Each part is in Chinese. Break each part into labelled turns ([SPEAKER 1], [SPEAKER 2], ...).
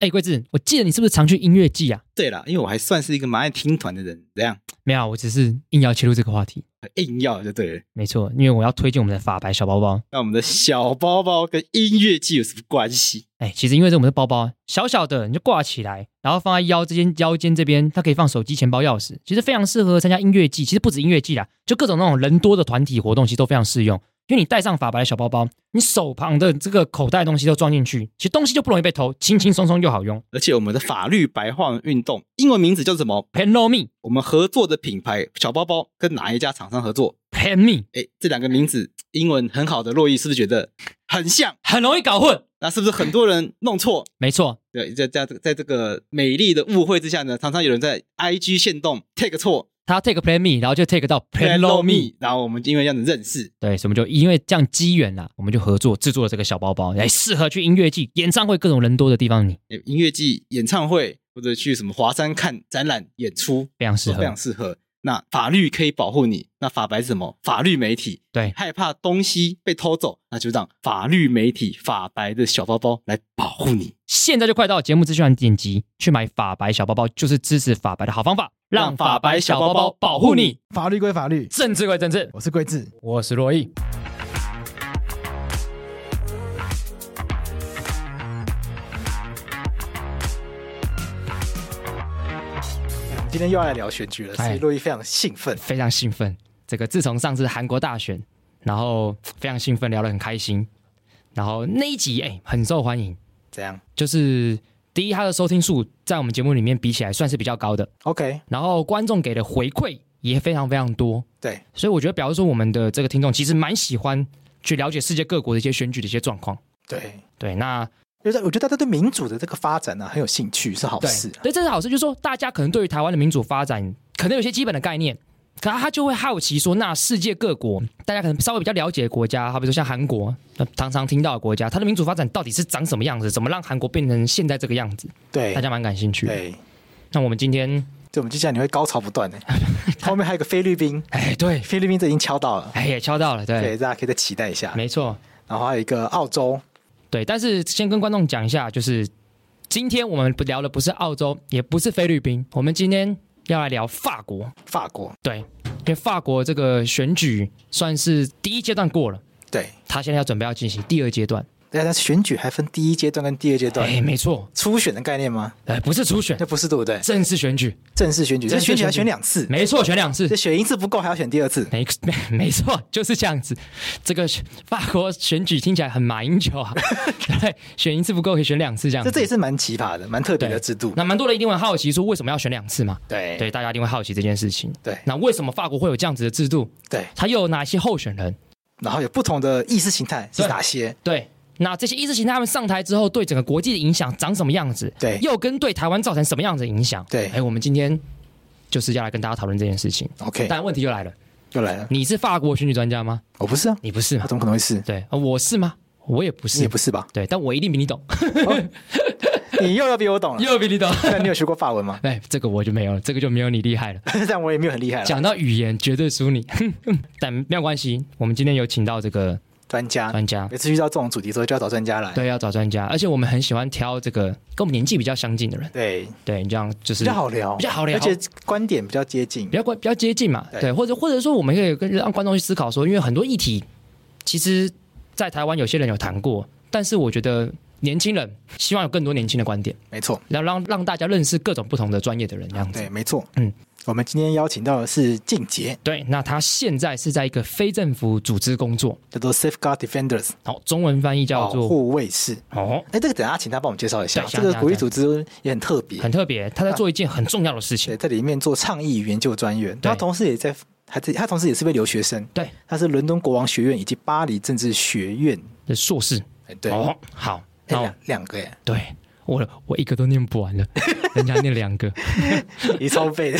[SPEAKER 1] 哎，桂子，我记得你是不是常去音乐季啊？
[SPEAKER 2] 对啦，因为我还算是一个蛮爱听团的人，怎样
[SPEAKER 1] 没有，我只是硬要切入这个话题。
[SPEAKER 2] 硬要就对了。
[SPEAKER 1] 没错，因为我要推荐我们的法白小包包。
[SPEAKER 2] 那我们的小包包跟音乐季有什么关系？
[SPEAKER 1] 哎，其实因为这我们的包包小小的，你就挂起来，然后放在腰这间腰间这边，它可以放手机、钱包、钥匙，其实非常适合参加音乐季。其实不止音乐季啦，就各种那种人多的团体活动，其实都非常适用。因为你带上法白的小包包，你手旁的这个口袋东西都装进去，其实东西就不容易被偷，轻轻松松又好用。
[SPEAKER 2] 而且我们的法律白话运动英文名字叫什么？
[SPEAKER 1] Pen no me,
[SPEAKER 2] 我们合作的品牌小包包跟哪一家厂商合作？
[SPEAKER 1] pen me，
[SPEAKER 2] 哎，这两个名字英文很好的洛伊是不是觉得很像？
[SPEAKER 1] 很容易搞混。
[SPEAKER 2] 那是不是很多人弄错？
[SPEAKER 1] 没错，
[SPEAKER 2] 对，在在在这个美丽的误会之下呢，常常有人在 IG 限动 take 错
[SPEAKER 1] 他 take plan me，然后就 take 到 pen no me。
[SPEAKER 2] 然后我们因为这样子认识，
[SPEAKER 1] 对，所以我们就因为这样机缘啦，我们就合作制作了这个小包包，来适合去音乐季、演唱会各种人多的地方你，
[SPEAKER 2] 诶音乐季、演唱会或者去什么华山看展览、演出
[SPEAKER 1] 非常适
[SPEAKER 2] 都
[SPEAKER 1] 合
[SPEAKER 2] 哦非。常适合。那法律可以保护你，那法白是什么？法律媒体
[SPEAKER 1] 对，
[SPEAKER 2] 害怕东西被偷走，那就让法律媒体法白的小包包来保护你。
[SPEAKER 1] 现在就快到节目资讯栏点击去买法白小包包，就是支持法白的好方法，让法白小包包保护你。
[SPEAKER 3] 法律归法律，
[SPEAKER 1] 政治归政治，
[SPEAKER 3] 我是桂智。
[SPEAKER 1] 我是洛毅。
[SPEAKER 3] 我们今天又要来聊选举了，所
[SPEAKER 1] 哎
[SPEAKER 3] 以洛伊非常兴奋。
[SPEAKER 1] 非常兴奋。这个自从上次韩国大选，然后非常兴奋，聊得很开心。然后那一集哎、很受欢迎，
[SPEAKER 3] 怎样
[SPEAKER 1] 就是第一，它的收听数在我们节目里面比起来算是比较高的，
[SPEAKER 3] ？OK，
[SPEAKER 1] 然后观众给的回馈也非常非常多，
[SPEAKER 3] 对，
[SPEAKER 1] 所以我觉得表示说我们的这个听众其实蛮喜欢去了解世界各国的一些选举的一些状况。
[SPEAKER 3] 对，
[SPEAKER 1] 对，那
[SPEAKER 3] 就是我觉得大家对民主的这个发展呢、啊很有兴趣，是好
[SPEAKER 1] 对
[SPEAKER 3] 事、啊。
[SPEAKER 1] 对，这是好事，就是说大家可能对于台湾的民主发展可能有些基本的概念，可他就会好奇说，那世界各国大家可能稍微比较了解的国家，好比说像韩国，那常常听到的国家，它的民主发展到底是长什么样子？怎么让韩国变成现在这个样子？
[SPEAKER 3] 对，
[SPEAKER 1] 大家嗯蛮感兴趣的。
[SPEAKER 3] 对，
[SPEAKER 1] 那我们今天，
[SPEAKER 3] 就我们接下来你会高潮不断的。后面还有一个菲律宾，
[SPEAKER 1] 哎，对，
[SPEAKER 3] 菲律宾这已经敲到了，
[SPEAKER 1] 哎也敲到了，
[SPEAKER 3] 对，
[SPEAKER 1] 对，
[SPEAKER 3] 大家可以再期待一下。
[SPEAKER 1] 没错，
[SPEAKER 3] 然后还有一个澳洲，
[SPEAKER 1] 对，但是先跟观众讲一下，就是今天我们不聊的不是澳洲，也不是菲律宾，我们今天要来聊法国。
[SPEAKER 3] 法国，
[SPEAKER 1] 对，因为法国这个选举算是第一阶段过了，
[SPEAKER 3] 对，
[SPEAKER 1] 他现在要准备要进行第二阶段。
[SPEAKER 3] 大家选举还分第一阶段跟第二阶段，
[SPEAKER 1] 哎，没错，
[SPEAKER 3] 初选的概念吗？
[SPEAKER 1] 哎，不是初选
[SPEAKER 3] 那，不是对不对？
[SPEAKER 1] 正式选举，
[SPEAKER 3] 正式选举，这
[SPEAKER 1] 正式选举
[SPEAKER 3] 选举要选两次，
[SPEAKER 1] 没错，选两次
[SPEAKER 3] 这。选一次不够还要选第二次。
[SPEAKER 1] 没没没错，就是这样子。这个法国选举听起来很马英九 啊，对，选一次不够，可以选两次这样
[SPEAKER 3] 这
[SPEAKER 1] 子。
[SPEAKER 3] 这也是蛮奇葩的，蛮特别的
[SPEAKER 1] 对
[SPEAKER 3] 制度。
[SPEAKER 1] 那蛮多人一定会好奇说，为什么要选两次嘛？
[SPEAKER 3] 对
[SPEAKER 1] 对，大家一定会好奇这件事情。
[SPEAKER 3] 对
[SPEAKER 1] 那为什么法国会有这样子的制度？
[SPEAKER 3] 对，
[SPEAKER 1] 它又有哪些候选人？
[SPEAKER 3] 然后有不同的意识形态是
[SPEAKER 1] 对
[SPEAKER 3] 哪些？
[SPEAKER 1] 对，那这些意识形态他们上台之后，对整个国际的影响长什么样子？
[SPEAKER 3] 对
[SPEAKER 1] 又跟对台湾造成什么样子的影响？
[SPEAKER 3] 对
[SPEAKER 1] 哎，我们今天就是要来跟大家讨论这件事情。
[SPEAKER 3] OK，
[SPEAKER 1] 但问题又来了，
[SPEAKER 3] 又来了，
[SPEAKER 1] 你是法国选举专家吗？
[SPEAKER 3] 我不是啊，
[SPEAKER 1] 你不是嘛
[SPEAKER 3] 我？怎么可能会是？
[SPEAKER 1] 对，呃我是吗？我也不
[SPEAKER 3] 你
[SPEAKER 1] 是，
[SPEAKER 3] 也不是吧？
[SPEAKER 1] 对，但我一定比你懂，
[SPEAKER 3] 你又要比我懂了。
[SPEAKER 1] 又比你懂。？
[SPEAKER 3] 但你有学过法文吗
[SPEAKER 1] 哎，这个我就没有了，这个就没有你厉害了。
[SPEAKER 3] 但我也没有很厉害了。
[SPEAKER 1] 讲到语言，绝对输你， 但没有关系。我们今天有请到这个
[SPEAKER 3] 专家，
[SPEAKER 1] 专家，
[SPEAKER 3] 每次遇到这种主题的时候就要找专家来。
[SPEAKER 1] 对，要找专家，而且我们很喜欢挑这个跟我们年纪比较相近的人，
[SPEAKER 3] 对，
[SPEAKER 1] 对你这样就是
[SPEAKER 3] 比较好聊，
[SPEAKER 1] 比较好聊
[SPEAKER 3] 而且观点比较接近
[SPEAKER 1] 比。较关比较接近嘛，
[SPEAKER 3] 对
[SPEAKER 1] 对，或者或者说我们可以跟让观众去思考说，因为很多议题，其实在台湾有些人有谈过，但是我觉得年轻人希望有更多年轻的观点，
[SPEAKER 3] 没错，
[SPEAKER 1] 然后让让大家认识各种不同的专业的人这样子。
[SPEAKER 3] 对，没错。
[SPEAKER 1] 嗯，
[SPEAKER 3] 我们今天邀请到的是静杰，
[SPEAKER 1] 对，那他现在是在一个非政府组织工作，
[SPEAKER 3] 叫做 Safeguard Defenders，
[SPEAKER 1] 好，中文翻译叫
[SPEAKER 3] 保
[SPEAKER 1] 做
[SPEAKER 3] 护卫士。
[SPEAKER 1] 哦，
[SPEAKER 3] 哎，这个等下请他帮我们介绍一下。
[SPEAKER 1] 对
[SPEAKER 3] 这个
[SPEAKER 1] 想
[SPEAKER 3] 国际组织也很特别，
[SPEAKER 1] 很特别，
[SPEAKER 3] 啊
[SPEAKER 1] 他在做一件很重要的事情
[SPEAKER 3] 对，。在里面做倡议与研究专员，
[SPEAKER 1] 对
[SPEAKER 3] 他同时也在，还在，他同时也是位留学生，
[SPEAKER 1] 对，
[SPEAKER 3] 他是伦敦国王学院以及巴黎政治学院，
[SPEAKER 1] 是硕士
[SPEAKER 3] 哎，对，
[SPEAKER 1] 哦，好，
[SPEAKER 3] 哎
[SPEAKER 1] 那我
[SPEAKER 3] 两两个 哎，
[SPEAKER 1] 对我我一个都念不完了，人家念两个，
[SPEAKER 3] 你超背 的。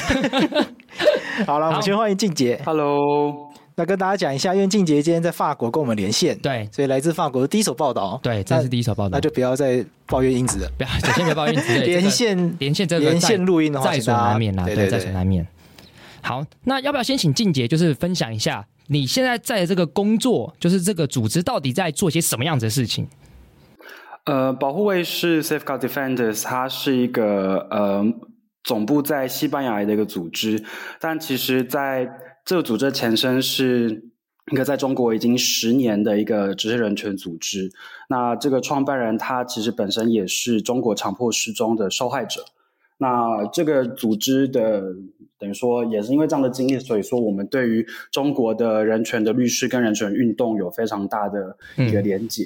[SPEAKER 3] 好了，我们先欢迎静杰。
[SPEAKER 4] Hello，
[SPEAKER 3] 那跟大家讲一下，因为静杰今天在法国跟我们连线，，
[SPEAKER 1] 对
[SPEAKER 3] 所以来自法国的第一手报道，
[SPEAKER 1] 对，这是
[SPEAKER 3] 那
[SPEAKER 1] 第一手报道
[SPEAKER 3] 那。就不要再抱怨英子了。
[SPEAKER 1] 不要，首先别抱怨之类。这
[SPEAKER 3] 连
[SPEAKER 1] 个
[SPEAKER 3] 线
[SPEAKER 1] 连线这个
[SPEAKER 3] 连
[SPEAKER 1] 在
[SPEAKER 3] 线录音的话，
[SPEAKER 1] 在
[SPEAKER 3] 请
[SPEAKER 1] 所
[SPEAKER 3] 大家
[SPEAKER 1] 难免啦，
[SPEAKER 3] 对
[SPEAKER 1] 对，
[SPEAKER 3] 对
[SPEAKER 1] 在所
[SPEAKER 3] 对，
[SPEAKER 1] 难免。好，那要不要先请静姐，就是分享一下你现在在这个工作，就是这个组织到底在做些什么样子的事情？
[SPEAKER 4] 呃，保护卫士 （Safeguard Defenders） 它是一个呃总部在西班牙的一个组织，但其实在这个组织的前身是一个在中国已经十年的一个职业人权组织。那这个创办人他其实本身也是中国强迫失踪的受害者。那这个组织的等于说也是因为这样的经历，所以说我们对于中国的人权的律师跟人权运动有非常大的一个连结。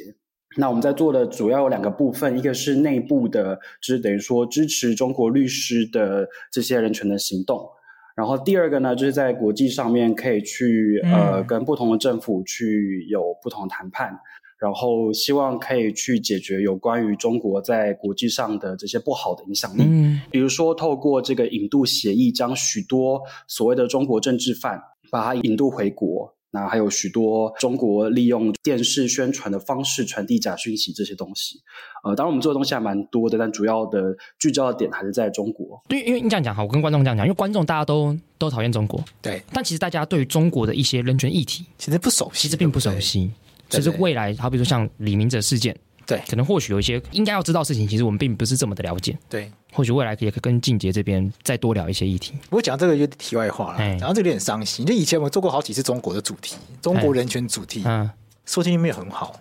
[SPEAKER 4] 那我们在做的主要有两个部分，一个是内部的，就是等于说支持中国律师的这些人权的行动。然后第二个呢，就是在国际上面可以去呃
[SPEAKER 1] 嗯
[SPEAKER 4] 跟不同的政府去有不同的谈判，然后希望可以去解决有关于中国在国际上的这些不好的影响力。
[SPEAKER 1] 嗯
[SPEAKER 4] 比如说，透过这个引渡协议，将许多所谓的中国政治犯把他引渡回国。那还有许多中国利用电视宣传的方式传递假讯息这些东西，呃，当然我们做的东西还蛮多的，但主要的聚焦的点还是在中国。
[SPEAKER 1] 对，因为你这样讲哈，我跟观众这样讲，因为观众大家都都讨厌中国，
[SPEAKER 3] 对，
[SPEAKER 1] 但其实大家对于中国的一些人权议题
[SPEAKER 3] 其实不熟悉，
[SPEAKER 1] 其实并不熟悉，只
[SPEAKER 3] 对不对
[SPEAKER 1] 是未来，好比说像李明哲事件，
[SPEAKER 3] 对
[SPEAKER 1] 可能或许有一些应该要知道的事情，其实我们并不是这么的了解，
[SPEAKER 3] 对。对，
[SPEAKER 1] 或许未来也可以跟静杰这边再多聊一些议题。
[SPEAKER 3] 不过讲这个有点题外话了，
[SPEAKER 1] 哎
[SPEAKER 3] 讲到这个有点伤心。就以前我们做过好几次中国的主题，中国人权主题，
[SPEAKER 1] 嗯，
[SPEAKER 3] 收听率没有很好。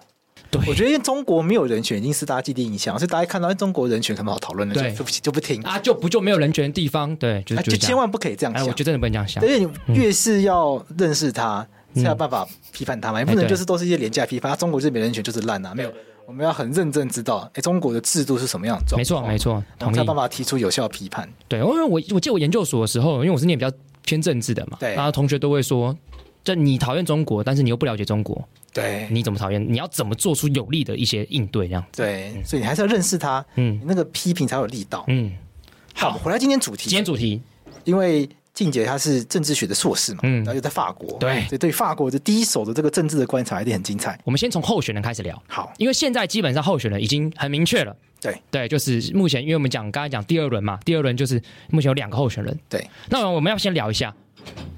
[SPEAKER 1] 对，
[SPEAKER 3] 我觉得中国没有人权已经是大家既定印象，所以大家看到哎中国人权什么好讨论的，
[SPEAKER 1] 对
[SPEAKER 3] 就就就不听，
[SPEAKER 1] 啊，就不就没有人权的地方，对，就
[SPEAKER 3] 哎
[SPEAKER 1] 是
[SPEAKER 3] 就是
[SPEAKER 1] 这
[SPEAKER 3] 千
[SPEAKER 1] 样。
[SPEAKER 3] 万不可以这样
[SPEAKER 1] 哎，
[SPEAKER 3] 想
[SPEAKER 1] 我觉。得真的不能这样想
[SPEAKER 3] 而。且
[SPEAKER 1] 嗯
[SPEAKER 3] 你越是要认识他，才有办法批判他嘛，也不
[SPEAKER 1] 哎
[SPEAKER 3] 能
[SPEAKER 1] 对
[SPEAKER 3] 就是都是一些廉价批判。啊中国这边人权就是烂啊，没有，我们要很认真知道，哎，中国的制度是什么样的状况，
[SPEAKER 1] 没错，没，错，
[SPEAKER 3] 我
[SPEAKER 1] 同
[SPEAKER 3] 们才有
[SPEAKER 1] 意
[SPEAKER 3] 办。法提出有效的批判。
[SPEAKER 1] 对，因为我我记得我研究所的时候，因为我是念比较偏政治的嘛，
[SPEAKER 3] 对
[SPEAKER 1] 然后同学都会说，这你讨厌中国，但是你又不了解中国，
[SPEAKER 3] 对
[SPEAKER 1] 你怎么讨厌？你要怎么做出有力的一些应对？这样，
[SPEAKER 3] 对，所以你还是要认识他，
[SPEAKER 1] 嗯
[SPEAKER 3] 你那个批评才有力道。
[SPEAKER 1] 嗯，
[SPEAKER 3] 好，回来今天主
[SPEAKER 1] 今
[SPEAKER 3] 题
[SPEAKER 1] 天，主题，
[SPEAKER 3] 因为静姐她是政治学的硕士嘛，
[SPEAKER 1] 嗯
[SPEAKER 3] 然后又在法国，
[SPEAKER 1] 对
[SPEAKER 3] 所以对法国的第一手的这个政治的观察一定很精彩。
[SPEAKER 1] 我们先从候选人开始聊。
[SPEAKER 3] 好，
[SPEAKER 1] 因为现在基本上候选人已经很明确了。
[SPEAKER 3] 对
[SPEAKER 1] 对，就是目前，因为我们讲刚才讲第二轮嘛，第二轮就是目前有两个候选人。
[SPEAKER 3] 对
[SPEAKER 1] 那我们要先聊一下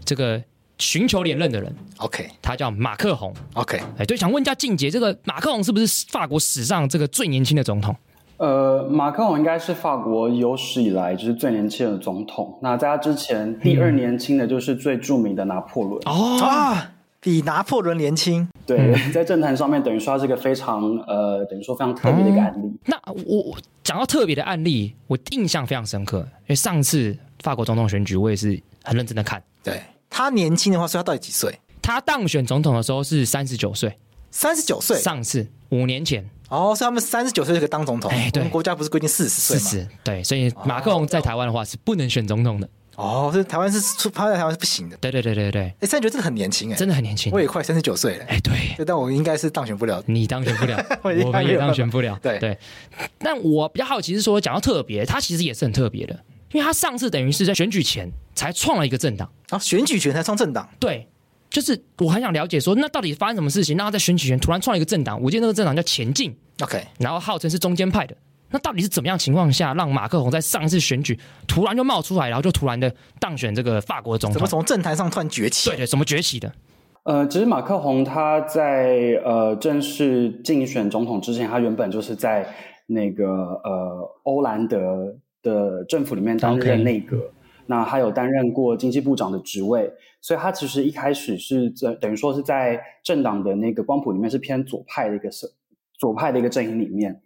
[SPEAKER 1] 这个寻求连任的人，
[SPEAKER 3] ，OK
[SPEAKER 1] 他叫马克宏。
[SPEAKER 3] OK，
[SPEAKER 1] 哎，对，想问一下静姐，这个马克宏是不是法国史上这个最年轻的总统？
[SPEAKER 4] 呃，马克龙应该是法国有史以来就是最年轻的总统。那在他之前，第二年轻的就是最著名的拿破仑。
[SPEAKER 1] 哦，
[SPEAKER 3] 啊，比拿破仑年轻，
[SPEAKER 4] 对， 在政坛上面等于说他是一个非常呃，等于说非常特别的一个案例。
[SPEAKER 1] 那我我讲到特别的案例，我印象非常深刻，因为上次法国总统选举，我也是很认真的看。
[SPEAKER 3] 对他年轻的话，所以他到底几岁？
[SPEAKER 1] 他当选总统的时候是三十九岁，
[SPEAKER 3] 三十九岁，
[SPEAKER 1] 上次五年前，
[SPEAKER 3] 哦，所以他们三十九岁就可以当总统。
[SPEAKER 1] 哎
[SPEAKER 3] 我
[SPEAKER 1] 对
[SPEAKER 3] 们国家不是规定四十岁
[SPEAKER 1] 四
[SPEAKER 3] 吗？
[SPEAKER 1] 十对，所以马克龙在台湾的话是不能选总统的。
[SPEAKER 3] 哦，所以台湾是出他在台湾是不行的。
[SPEAKER 1] 对对对对对，
[SPEAKER 3] 哎，三十九真的很年轻哎，
[SPEAKER 1] 真
[SPEAKER 3] 的，
[SPEAKER 1] 的很年轻
[SPEAKER 3] 我。也快三十九岁了。
[SPEAKER 1] 哎，对
[SPEAKER 3] 对但我应该是当选不了。
[SPEAKER 1] 你当选不了，
[SPEAKER 3] 我已经
[SPEAKER 1] 我们也当选不了。
[SPEAKER 3] 对
[SPEAKER 1] 对，但我比较好奇是说，讲到特别，他其实也是很特别的，因为他上次等于是在选举前才创了一个政党。
[SPEAKER 3] 然后哦选举权才上政党，
[SPEAKER 1] 对，就是我很想了解说，那到底发生什么事情，让他在选举前突然创了一个政党？我记得那个政党叫前进，
[SPEAKER 3] OK，
[SPEAKER 1] 然后号称是中间派的。那到底是怎么样情况下，让马克龙在上一次选举突然就冒出来，然后就突然的当选这个法国总
[SPEAKER 3] 怎么
[SPEAKER 1] 统？
[SPEAKER 3] 从政坛上突然崛起？
[SPEAKER 1] 对对，怎么崛起的？
[SPEAKER 4] 呃，其实马克宏他在呃正式竞选总统之前，他原本就是在那个呃欧兰德的政府里面担
[SPEAKER 1] OK
[SPEAKER 4] 任内阁。那他有担任过经济部长的职位，所以他其实一开始是在等于说是在政党的那个光谱里面是偏左派的一个社左派的一个阵营里面。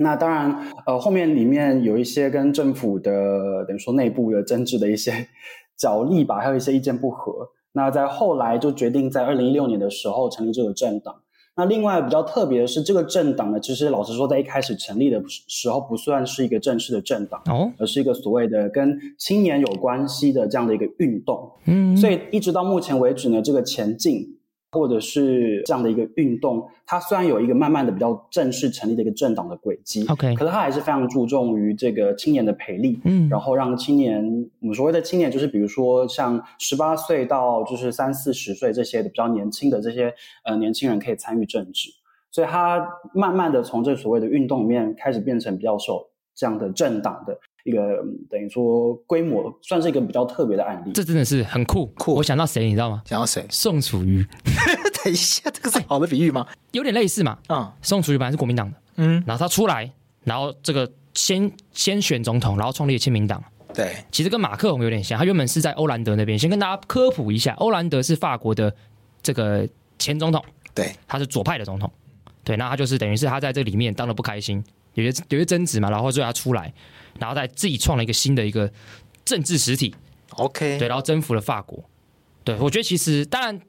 [SPEAKER 4] 那当然，呃，后面里面有一些跟政府的等于说内部的政治的一些 角力吧，还有一些意见不合。那在后来就决定在二零一六年的时候成立这个政党。那另外比较特别的是，这个政党呢，其实老实说，在一开始成立的时候不算是一个正式的政党，
[SPEAKER 1] 哦，
[SPEAKER 4] 而是一个所谓的跟青年有关系的这样的一个运动。
[SPEAKER 1] 嗯，
[SPEAKER 4] 所以一直到目前为止呢，这个前进或者是这样的一个运动，它虽然有一个慢慢的比较正式成立的一个政党的轨迹
[SPEAKER 1] OK
[SPEAKER 4] 可是它还是非常注重于这个青年的培力。
[SPEAKER 1] 嗯
[SPEAKER 4] 然后让青年，我们所谓的青年，就是比如说像十八岁到就是三四十岁这些的比较年轻的这些呃年轻人可以参与政治，所以他慢慢的从这所谓的运动里面开始变成比较受这样的政党的一个嗯等于说规模算是一个比较特别的案例。
[SPEAKER 1] 这真的是很酷。
[SPEAKER 3] 酷
[SPEAKER 1] 我想到谁，你知道吗？
[SPEAKER 3] 想要谁？
[SPEAKER 1] 宋楚瑜，
[SPEAKER 3] 等一下，这个是好的比喻吗？
[SPEAKER 1] 有点类似嘛。
[SPEAKER 3] 啊，
[SPEAKER 1] 宋楚瑜本来是国民党的，
[SPEAKER 3] 嗯，
[SPEAKER 1] 然后他出来，然后这个先先选总统，然后创立了亲民党。
[SPEAKER 3] 对，
[SPEAKER 1] 其实跟马克龙有点像，他原本是在欧兰德那边。先跟大家科普一下，欧兰德是法国的这个前总统，
[SPEAKER 3] 对，
[SPEAKER 1] 他是左派的总统，对，那他就是等于是他在这里面当的不开心，有些有些争执嘛，然后最后他出来，然后再自己创了一个新的一个政治实体，
[SPEAKER 3] OK，
[SPEAKER 1] 对，然后征服了法国。对，我觉得其实当然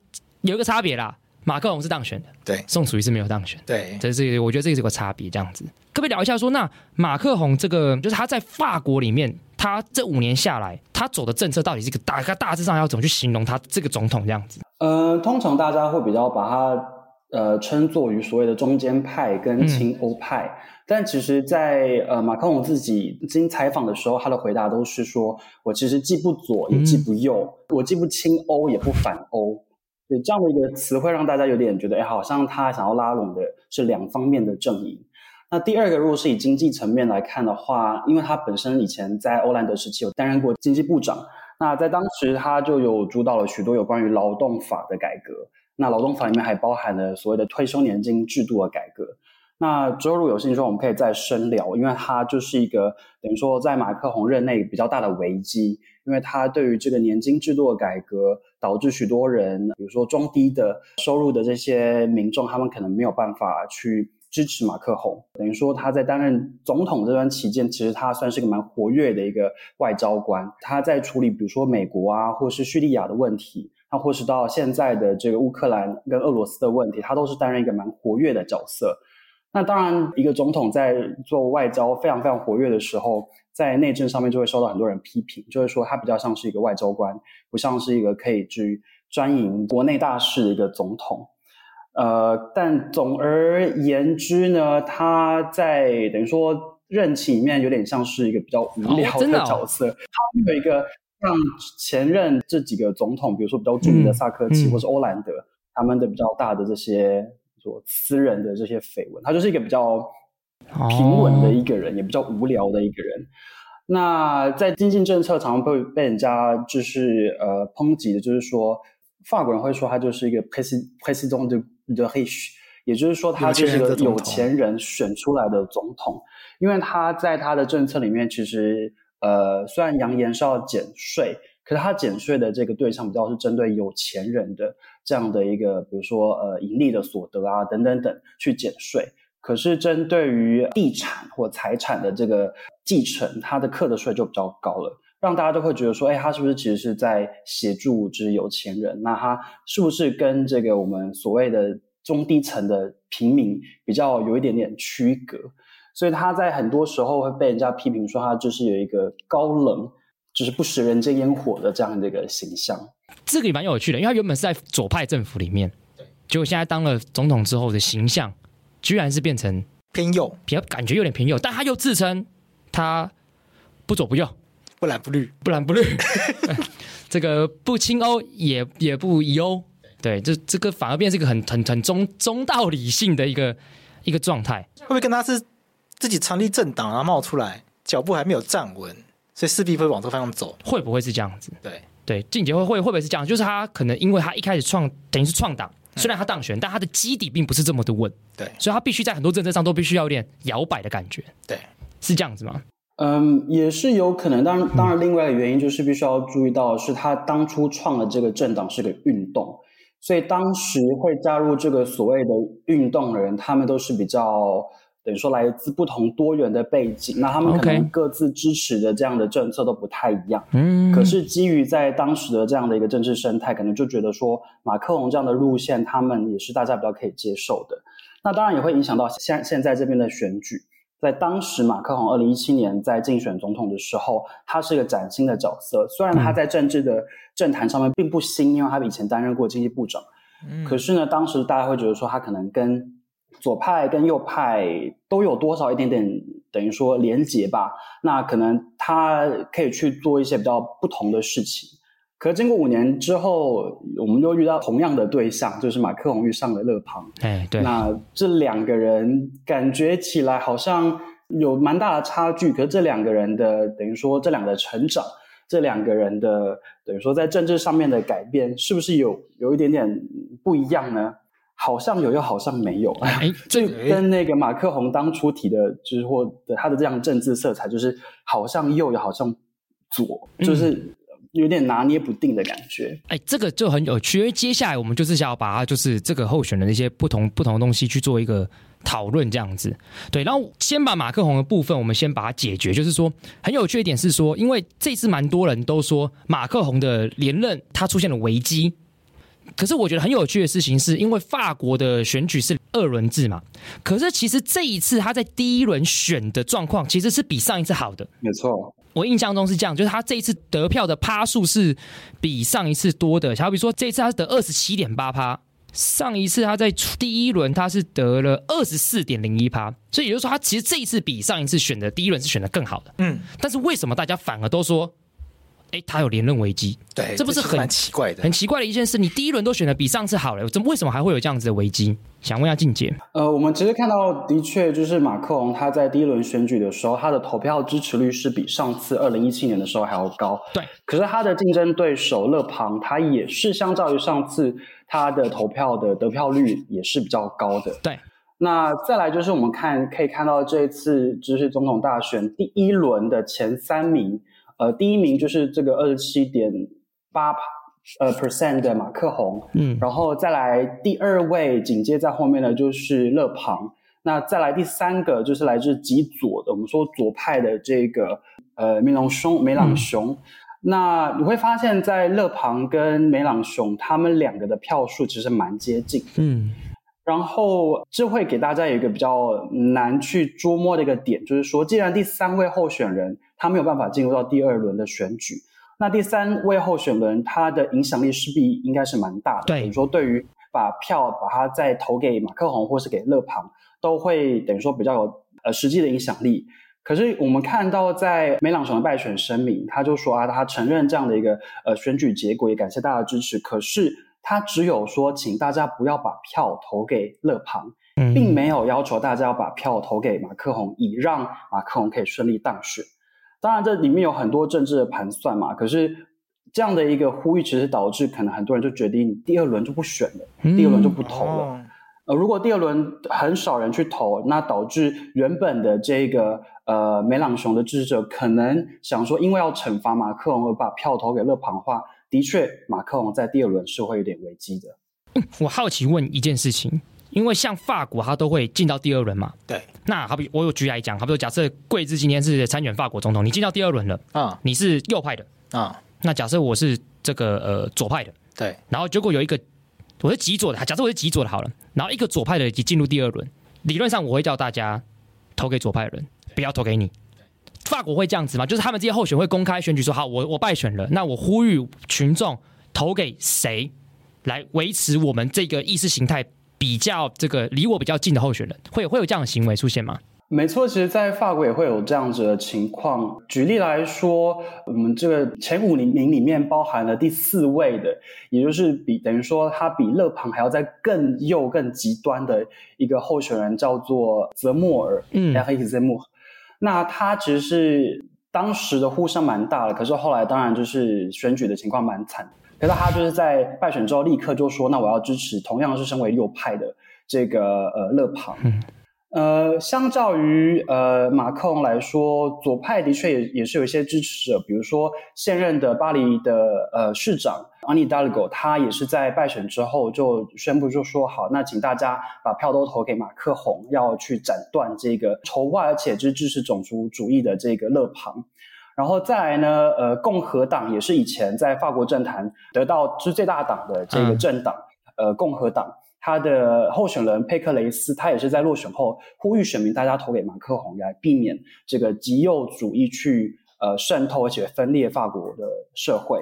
[SPEAKER 1] 有一个差别啦，马克龙是当选的，
[SPEAKER 3] 对
[SPEAKER 1] 宋楚瑜是没有当选的。
[SPEAKER 3] 对，
[SPEAKER 1] 这是我觉得这个是有个差别，这样子。可不可以聊一下说，那马克宏这个就是他在法国里面，他这五年下来，他走的政策到底是一个大，他大致上要怎么去形容他这个总统这样子？
[SPEAKER 4] 呃，通常大家会比较把它呃称作于所谓的中间派跟亲欧派，但其实在，呃马克龙自己经采访的时候，他的回答都是说我其实既不左也既不右，我既不亲欧也不反欧。对这样的一个词汇，让大家有点觉得，哎，好像他想要拉拢的是两方面的阵营。那第二个，如果是以经济层面来看的话，因为他本身以前在欧兰德时期有担任过经济部长，那在当时，他就有主导了许多有关于劳动法的改革。那劳动法里面还包含了所谓的退休年金制度的改革。那之后如果有兴趣的话，我们可以再深聊，因为它就是一个等于说在马克宏任内比较大的危机，因为他对于这个年金制度的改革，导致许多人，比如说中低的收入的这些民众，他们可能没有办法去支持马克宏。等于说他在担任总统这段期间，其实他算是个蛮活跃的一个外交官。他在处理比如说美国啊，或是叙利亚的问题，那或是到现在的这个乌克兰跟俄罗斯的问题，他都是担任一个蛮活跃的角色。那当然，一个总统在做外交非常非常活跃的时候，在内政上面就会受到很多人批评，就会说他比较像是一个外交官，不像是一个可以去专营国内大事的一个总统。呃，但总而言之呢，他在等于说任期里面有点像是一个比较无聊
[SPEAKER 1] 哦真的哦
[SPEAKER 4] 角色，他没有一个像前任这几个总统，比如说比较著名的
[SPEAKER 1] 嗯
[SPEAKER 4] 萨科齐
[SPEAKER 1] 嗯
[SPEAKER 4] 或是欧兰德，他们的比较大的这些说私人的这些绯闻，他就是一个比较平稳的一个人，也比较无聊的一个人。那在经济政策常常被被人家就是呃抨击的，就是说法国人会说他就是一个 presi president de de riche，也就是说他就是一
[SPEAKER 3] 有钱人的总
[SPEAKER 4] 个有
[SPEAKER 3] 统
[SPEAKER 4] 钱人选出来的总统，因为他在他的政策里面其实呃虽然扬言是要减税，可是他减税的这个对象比较是针对有钱人的这样的一个，比如说呃盈利的所得啊等等等去减税。可是针对于地产或财产的这个继承，它的课的税就比较高了，让大家都会觉得说，哎，他是不是其实是在协助之有钱人？那他是不是跟这个我们所谓的中低层的平民比较有一点点区隔？所以他在很多时候会被人家批评说，他就是有一个高冷，就是不食人间烟火的这样的一个形象。
[SPEAKER 1] 这个也蛮有趣的，因为他原本是在左派政府里面，结果现在当了总统之后的形象，居然是变成
[SPEAKER 3] 偏右，
[SPEAKER 1] 比较感觉有点偏右，但他又自称他不左不右，
[SPEAKER 3] 不蓝不绿，
[SPEAKER 1] 不蓝不绿，这个不亲欧也也不疑欧，对，这这个反而变成一个很很很中中道理性的一个一个状态。
[SPEAKER 3] 会不会跟他是自己成立政党然后冒出来，脚步还没有站稳，所以势必会往这个方向走？
[SPEAKER 1] 会不会是这样子？
[SPEAKER 3] 对，
[SPEAKER 1] 对，静姐会会会不会是这样？就是他可能因为他一开始创等于是创党，
[SPEAKER 4] 嗯
[SPEAKER 1] 虽然他当选，但他的基底并不是这么的稳，
[SPEAKER 3] 对
[SPEAKER 1] 所以他必须在很多政策上都必须要有点摇摆的感觉，
[SPEAKER 3] 对，
[SPEAKER 1] 是这样子吗？
[SPEAKER 4] 嗯，也是有可能。当然，当然，另外一个原因就是必须要注意到，是他当初创的这个政党是个运动，所以当时会加入这个所谓的运动的人，他们都是比较等于说来自不同多元的背景，那他们可
[SPEAKER 1] OK
[SPEAKER 4] 能各自支持的这样的政策都不太一样。
[SPEAKER 1] 嗯
[SPEAKER 4] 可是基于在当时的这样的一个政治生态，可能就觉得说马克龙这样的路线，他们也是大家比较可以接受的。那当然也会影响到现现在这边的选举。在当时，马克宏二零一七年在竞选总统的时候，他是一个崭新的角色。虽然他在政治的政坛上面并不新，因为他以前担任过经济部长，
[SPEAKER 3] 嗯
[SPEAKER 4] 可是呢，当时大家会觉得说他可能跟左派跟右派都有多少一点点等于说连结吧，那可能他可以去做一些比较不同的事情。可是经过五年之后，我们又遇到同样的对象，就是马克龙遇上了勒庞。
[SPEAKER 1] 哎，对，
[SPEAKER 4] 那这两个人感觉起来好像有蛮大的差距。可是这两个人的等于说这两个的成长，这两个人的等于说在政治上面的改变，是不是有有一点点不一样呢？好像有，又好像没有。
[SPEAKER 1] 哎，
[SPEAKER 4] 这
[SPEAKER 3] 哎
[SPEAKER 4] 跟那个马克宏当初提的，就是或的他的这样政治色彩，就是好像右，又好像左，就是有点拿捏不定的感觉。
[SPEAKER 1] 哎，这个就很有趣，因为接下来我们就是想要把它，就是这个候选人的一些不同不同的东西去做一个讨论，这样子。对，然后先把马克宏的部分，我们先把它解决。就是说，很有趣的一点是说，因为这次蛮多人都说马克宏的连任他出现了危机，可是我觉得很有趣的事情是，因为法国的选举是二轮制嘛，可是其实这一次他在第一轮选的状况其实是比上一次好的。
[SPEAKER 4] 没错，
[SPEAKER 1] 我印象中是这样，就是他这一次得票的趴数是比上一次多的，好比说这一次他是得二十七点八趴，上一次他在初第一轮他是得了二十四点零一趴，所以也就是说他其实这一次比上一次选的第一轮是选的更好的，
[SPEAKER 3] 嗯，
[SPEAKER 1] 但是为什么大家反而都说，哎，他有连任危机，
[SPEAKER 3] 对，
[SPEAKER 1] 这不是
[SPEAKER 3] 其实
[SPEAKER 1] 很
[SPEAKER 3] 蛮奇怪的
[SPEAKER 1] 很？奇怪的一件事，你第一轮都选的比上次好了，怎么为什么还会有这样子的危机？想问一下静姐，
[SPEAKER 4] 呃，我们其实看到，的确就是马克龙他在第一轮选举的时候，他的投票支持率是比上次二零一七年的时候还要高。
[SPEAKER 1] 对，
[SPEAKER 4] 可是他的竞争对手勒庞，他也是相较于上次他的投票的得票率也是比较高的。
[SPEAKER 1] 对，
[SPEAKER 4] 那再来就是我们看可以看到这次就是总统大选第一轮的前三名，呃，第一名就是这个二十七点八呃 percent 的马克宏，
[SPEAKER 1] 嗯，
[SPEAKER 4] 然后再来第二位，紧接在后面的就是勒庞。那再来第三个就是来自极左的，我们说左派的这个呃梅朗雄梅朗雄。那你会发现在勒庞跟梅朗雄他们两个的票数其实蛮接近，
[SPEAKER 1] 嗯，
[SPEAKER 4] 然后这会给大家有一个比较难去捉摸的一个点，就是说，既然第三位候选人他没有办法进入到第二轮的选举，那第三位候选人他的影响力势必应该是蛮大的。
[SPEAKER 1] 对
[SPEAKER 4] 比如说对于把票把它再投给马克宏或是给勒庞，都会等于说比较有呃实际的影响力。可是我们看到，在梅朗雄的败选声明，他就说啊，他承认这样的一个呃选举结果，也感谢大家的支持。可是他只有说，请大家不要把票投给勒庞，
[SPEAKER 1] 嗯
[SPEAKER 4] 并没有要求大家要把票投给马克宏，以让马克宏可以顺利当选。当然，这里面有很多政治的盘算嘛。可是这样的一个呼吁，其实导致可能很多人就决定第二轮就不选了，第二轮就不投了。
[SPEAKER 3] 哦，
[SPEAKER 4] 呃，如果第二轮很少人去投，那导致原本的这个呃梅朗雄的支持者可能想说，因为要惩罚马克龙而把票投给勒庞的话，的确马克龙在第二轮是会有点危机的。
[SPEAKER 1] 我好奇问一件事情，因为像法国，它都会进到第二轮嘛。
[SPEAKER 3] 对。
[SPEAKER 1] 那好比我有举例来讲，好比说假设贵志今天是参选法国总统，你进到第二轮了，
[SPEAKER 3] 啊
[SPEAKER 1] 你是右派的，
[SPEAKER 3] 啊，
[SPEAKER 1] 那假设我是这个呃左派的，
[SPEAKER 3] 对，
[SPEAKER 1] 然后结果有一个我是极左的，假设我是极左的好了，然后一个左派的也进入第二轮，理论上我会叫大家投给左派的人，不要投给你。法国会这样子吗？就是他们这些候选会公开选举说，好，我我败选了，那我呼吁群众投给谁来维持我们这个意识形态比较这个离我比较近的候选人，会有会有这样的行为出现吗？
[SPEAKER 4] 没错，其实，在法国也会有这样子的情况。举例来说，我们这个前五名里面包含了第四位的，也就是比等于说他比勒庞还要在更右、更极端的一个候选人，叫做泽莫尔。
[SPEAKER 1] 嗯
[SPEAKER 4] 然后一直在幕后。那他其实是当时的呼声蛮大的，可是后来当然就是选举的情况蛮惨。可是他就是在败选之后立刻就说：“那我要支持同样是身为右派的这个呃勒庞。”呃，相较于呃马克龙来说，左派的确也也是有一些支持者，比如说现任的巴黎的呃市长安妮·达 g 狗，他也是在败选之后就宣布就说好，那请大家把票都投给马克宏，要去斩断这个仇外而且是支持种族主义的这个勒庞。然后再来呢，呃，共和党也是以前在法国政坛得到是最大党的这个
[SPEAKER 1] 嗯
[SPEAKER 4] 政党，呃，共和党。他的候选人佩克雷斯，他也是在落选后呼吁选民大家投给马克宏，来避免这个极右主义去呃渗透而且分裂法国的社会。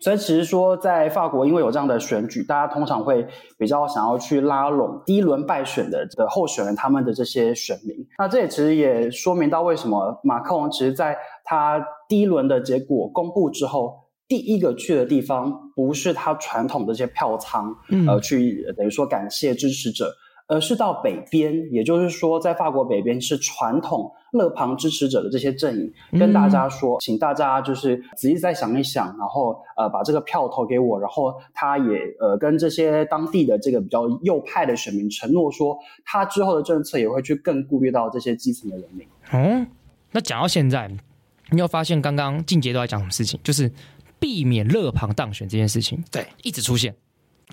[SPEAKER 4] 所以其实说，在法国，因为有这样的选举，大家通常会比较想要去拉拢第一轮败选的的候选人他们的这些选民。那这也其实也说明到为什么马克龙其实在他第一轮的结果公布之后，第一个去的地方不是他传统的这些票仓，
[SPEAKER 1] 嗯
[SPEAKER 4] 呃，去呃等于说感谢支持者，而是到北边，也就是说，在法国北边是传统勒庞支持者的这些阵营，跟大家说，请大家就是仔细再想一想，然后呃把这个票投给我，然后他也呃跟这些当地的这个比较右派的选民承诺说，他之后的政策也会去更顾虑到这些基层的人民。
[SPEAKER 1] 哦，那讲到现在，你有发现刚刚静杰都在讲什么事情？就是避免勒庞当选这件事情，
[SPEAKER 3] 对
[SPEAKER 1] 一直出现，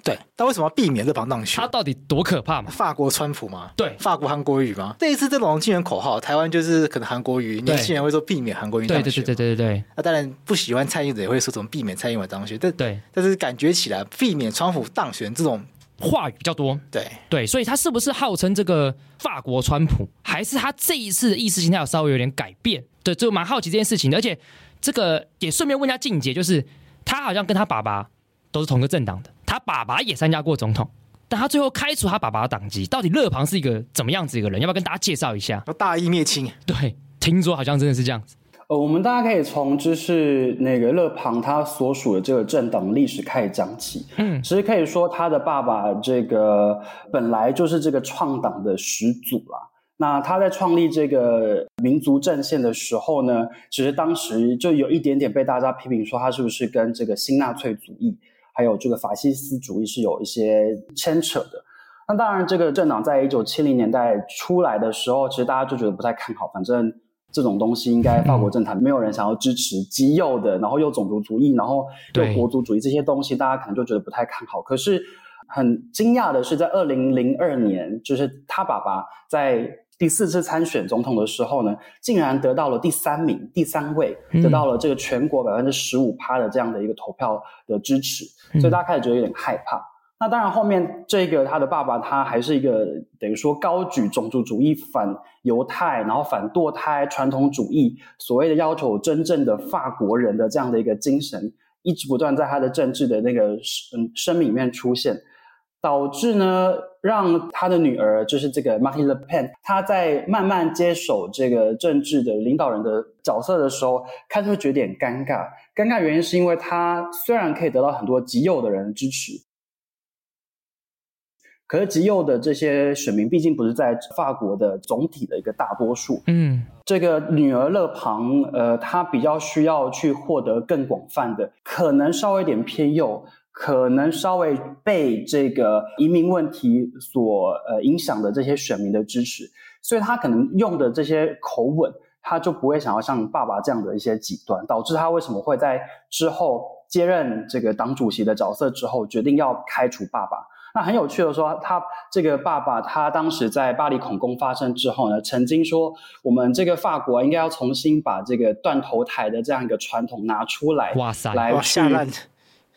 [SPEAKER 3] 对，但为什么要避免勒庞当选
[SPEAKER 1] 他？到底多可怕嘛？
[SPEAKER 3] 法国川普吗？
[SPEAKER 1] 对
[SPEAKER 3] 法国韩国语吗？这一次这种竞选口号，台湾就是可能韩国语，年轻人会说避免韩国语当
[SPEAKER 1] 对
[SPEAKER 3] 选。
[SPEAKER 1] 对对对对对对
[SPEAKER 3] 那、当然不喜欢蔡英文也会说怎么避免蔡英文当选，但
[SPEAKER 1] 对，
[SPEAKER 3] 但是感觉起来避免川普当选这种，
[SPEAKER 1] 话语比较多，
[SPEAKER 3] 对
[SPEAKER 1] 对，所以他是不是号称这个法国川普，还是他这一次的意识形态有稍微有点改变？对，就蛮好奇这件事情的。而且这个也顺便问一下静姐，就是他好像跟他爸爸都是同个政党的，他爸爸也参加过总统，但他最后开除他爸爸的党籍，到底勒庞是一个怎么样子一个人？要不要跟大家介绍一下？
[SPEAKER 3] 要大义灭亲，
[SPEAKER 1] 对，听说好像真的是这样子。
[SPEAKER 4] 呃，我们大家可以从就是那个勒庞他所属的这个政党历史开始讲起。
[SPEAKER 1] 嗯
[SPEAKER 4] 其实可以说他的爸爸这个本来就是这个创党的始祖啦。那他在创立这个民族阵线的时候呢，其实当时就有一点点被大家批评说他是不是跟这个新纳粹主义还有这个法西斯主义是有一些牵扯的。那当然，这个政党在一九七零年代出来的时候，其实大家就觉得不太看好，反正这种东西应该法国政坛没有人想要支持极右的，然后又种族主义，然后
[SPEAKER 1] 对
[SPEAKER 4] 又国族主义这些东西，大家可能就觉得不太看好。可是很惊讶的是，在二零零二年，就是他爸爸在第四次参选总统的时候呢，竟然得到了第三名，第三位，
[SPEAKER 1] 嗯
[SPEAKER 4] 得到了这个全国百分之十五趴的这样的一个投票的支持，所以大家开始觉得有点害怕。那当然，后面这个他的爸爸，他还是一个等于说高举种族主义、反犹太，然后反堕胎、传统主义，所谓的要求真正的法国人的这样的一个精神，一直不断在他的政治的那个嗯声明里面出现，导致呢让他的女儿就是这个 Marine Le Pen，她在慢慢接手这个政治的领导人的角色的时候，开始会觉得有点尴尬。尴尬原因是因为她虽然可以得到很多极右的人的支持，可是极右的这些选民毕竟不是在法国的总体的一个大多数。
[SPEAKER 1] 嗯，
[SPEAKER 4] 这个女儿勒庞，呃，她比较需要去获得更广泛的，可能稍微有点偏右，可能稍微被这个移民问题所呃影响的这些选民的支持，所以她可能用的这些口吻，她就不会想要像爸爸这样的一些极端，导致她为什么会在之后接任这个党主席的角色之后，决定要开除爸爸。那很有趣的说，他这个爸爸，他当时在巴黎恐攻发生之后呢，曾经说我们这个法国应该要重新把这个断头台的这样一个传统拿出来，
[SPEAKER 1] 哇塞，
[SPEAKER 4] 来
[SPEAKER 3] 哇
[SPEAKER 4] 去
[SPEAKER 3] 下烂，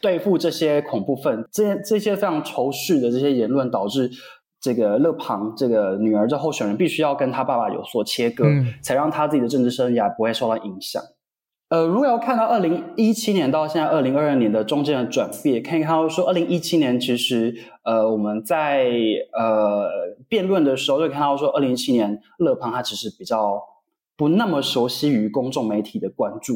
[SPEAKER 4] 对付这些恐怖分，这些这些非常仇视的这些言论，导致这个勒庞这个女儿这候选人必须要跟他爸爸有所切割，
[SPEAKER 1] 嗯
[SPEAKER 4] 才让他自己的政治生涯不会受到影响。呃，如果要看到二零一七年到现在二零二二年的中间的转变，可以看到说，二零一七年其实呃我们在呃辩论的时候就看到说，二零一七年勒庞他其实比较不那么熟悉于公众媒体的关注，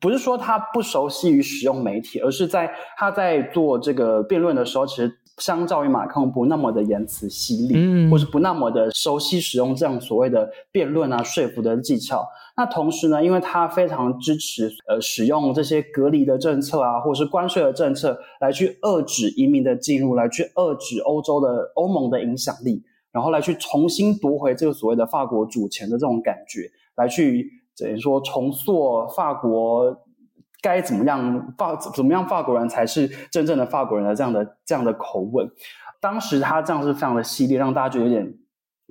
[SPEAKER 4] 不是说他不熟悉于使用媒体，而是在他在做这个辩论的时候，其实相较于马克龙不那么的言辞犀利，
[SPEAKER 1] 嗯
[SPEAKER 4] 或是不那么的熟悉使用这样所谓的辩论啊、说服的技巧。那同时呢，因为他非常支持呃使用这些隔离的政策啊，或者是关税的政策来去遏制移民的进入，来去遏制欧洲的欧盟的影响力，然后来去重新夺回这个所谓的法国主权的这种感觉，来去等于说重塑法国该怎么样法怎么样法国人才是真正的法国人的这样的这样的口吻。当时他这样是非常的犀利，让大家觉得有点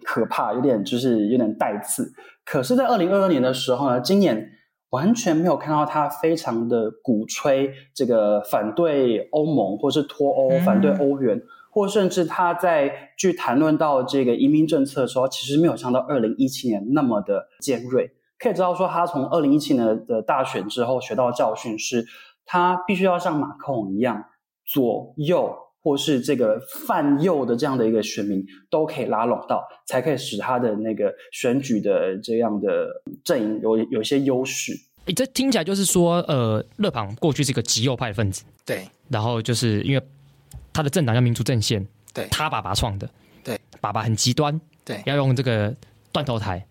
[SPEAKER 4] 可怕，有点就是有点带刺。可是，在二零二二年的时候呢，今年完全没有看到他非常的鼓吹这个反对欧盟或是脱欧、
[SPEAKER 1] 嗯
[SPEAKER 4] 反对欧元，或甚至他在去谈论到这个移民政策的时候，其实没有像到二零一七年那么的尖锐。可以知道说，他从二零一七年的大选之后学到教训是，他必须要像马克龙一样，左右或是这个泛右的这样的一个选民都可以拉拢到，才可以使他的那个选举的这样的阵营有有一些优势。
[SPEAKER 1] 诶这听起来就是说，呃，勒庞过去是一个极右派分子，
[SPEAKER 3] 对
[SPEAKER 1] 然后就是因为他的政党叫民族阵线，
[SPEAKER 3] 对
[SPEAKER 1] 他爸爸创的，
[SPEAKER 3] 对，
[SPEAKER 1] 爸爸很极端，
[SPEAKER 3] 对
[SPEAKER 1] 要用这个断头台，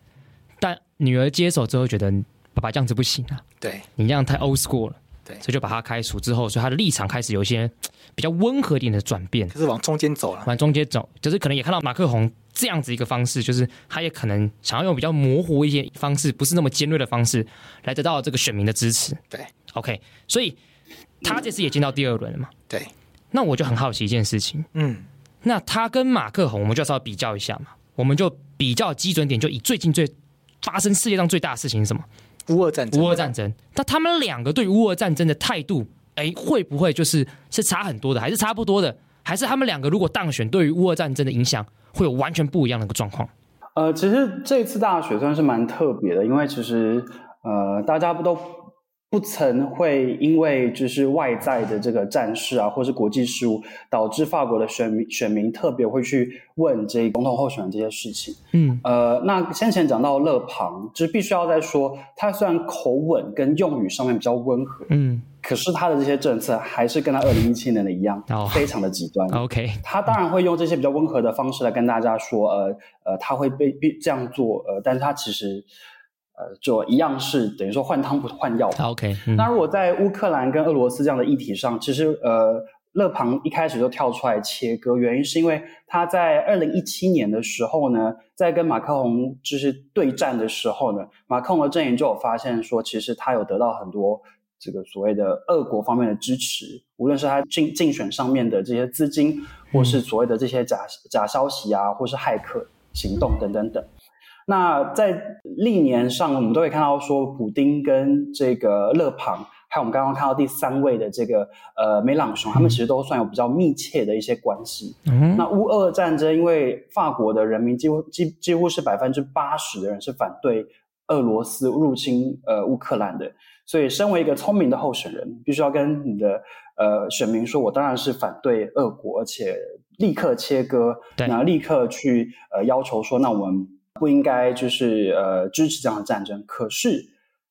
[SPEAKER 1] 但女儿接手之后觉得爸爸这样子不行啊，
[SPEAKER 3] 对，
[SPEAKER 1] 你这样太 old school 了，
[SPEAKER 3] 对
[SPEAKER 1] 所以就把他开除之后，所以他的立场开始有一些比较温和一点的转变，
[SPEAKER 3] 就是往中间走了。
[SPEAKER 1] 往中间走，就是可能也看到马克宏这样子一个方式，就是他也可能想要用比较模糊一些方式，不是那么尖锐的方式来得到这个选民的支持。
[SPEAKER 3] 对
[SPEAKER 1] ，OK，所以他这次也进到第二轮了嘛？
[SPEAKER 3] 对，
[SPEAKER 1] 那我就很好奇一件事情，
[SPEAKER 3] 嗯，
[SPEAKER 1] 那他跟马克宏，我们就要稍微比较一下嘛，我们就比较基准点，就以最近最发生世界上最大的事情是什么？
[SPEAKER 3] 乌俄战争，
[SPEAKER 1] 乌俄战争。那他们两个对于乌俄战争的态度，哎，会不会就是是差很多的，还是差不多的，还是他们两个如果当选，对于乌俄战争的影响会有完全不一样的一个状况？
[SPEAKER 4] 呃，其实这次大选算是蛮特别的，因为其实呃，大家不都不曾会因为就是外在的这个战事啊，或是国际事务，导致法国的选民选民特别会去问这总统候选人这些事情。
[SPEAKER 1] 嗯，
[SPEAKER 4] 呃，那先前讲到勒庞，就是必须要再说，他虽然口吻跟用语上面比较温和，
[SPEAKER 1] 嗯
[SPEAKER 4] 可是他的这些政策还是跟他二零一七年的一样，
[SPEAKER 1] 哦
[SPEAKER 4] 非常的极 端。
[SPEAKER 1] ，OK，
[SPEAKER 4] 他当然会用这些比较温和的方式来跟大家说，呃呃，他会被必这样做，呃，但是他其实呃，就一样是等于说换汤不换药。
[SPEAKER 1] 好，OK，嗯
[SPEAKER 4] 那如果在乌克兰跟俄罗斯这样的议题上，其实呃，勒庞一开始就跳出来切割，原因是因为他在二零一七年的时候呢，在跟马克宏就是对战的时候呢，马克宏的阵营就有发现说，其实他有得到很多这个所谓的俄国方面的支持，无论是他竞竞选上面的这些资金，或是所谓的这些假假消息啊，或是骇客行动等等等。那在历年上，我们都会看到说，普丁跟这个勒庞，还有我们刚刚看到第三位的这个呃梅朗雄，他们其实都算有比较密切的一些关系。
[SPEAKER 1] 嗯
[SPEAKER 4] 那乌俄战争，因为法国的人民几乎几几乎是百分之八十的人是反对俄罗斯入侵呃乌克兰的，所以身为一个聪明的候选人，必须要跟你的呃选民说，我当然是反对俄国，而且立刻切割，
[SPEAKER 1] 对
[SPEAKER 4] 然后立刻去呃要求说，那我们不应该就是呃支持这样的战争。可是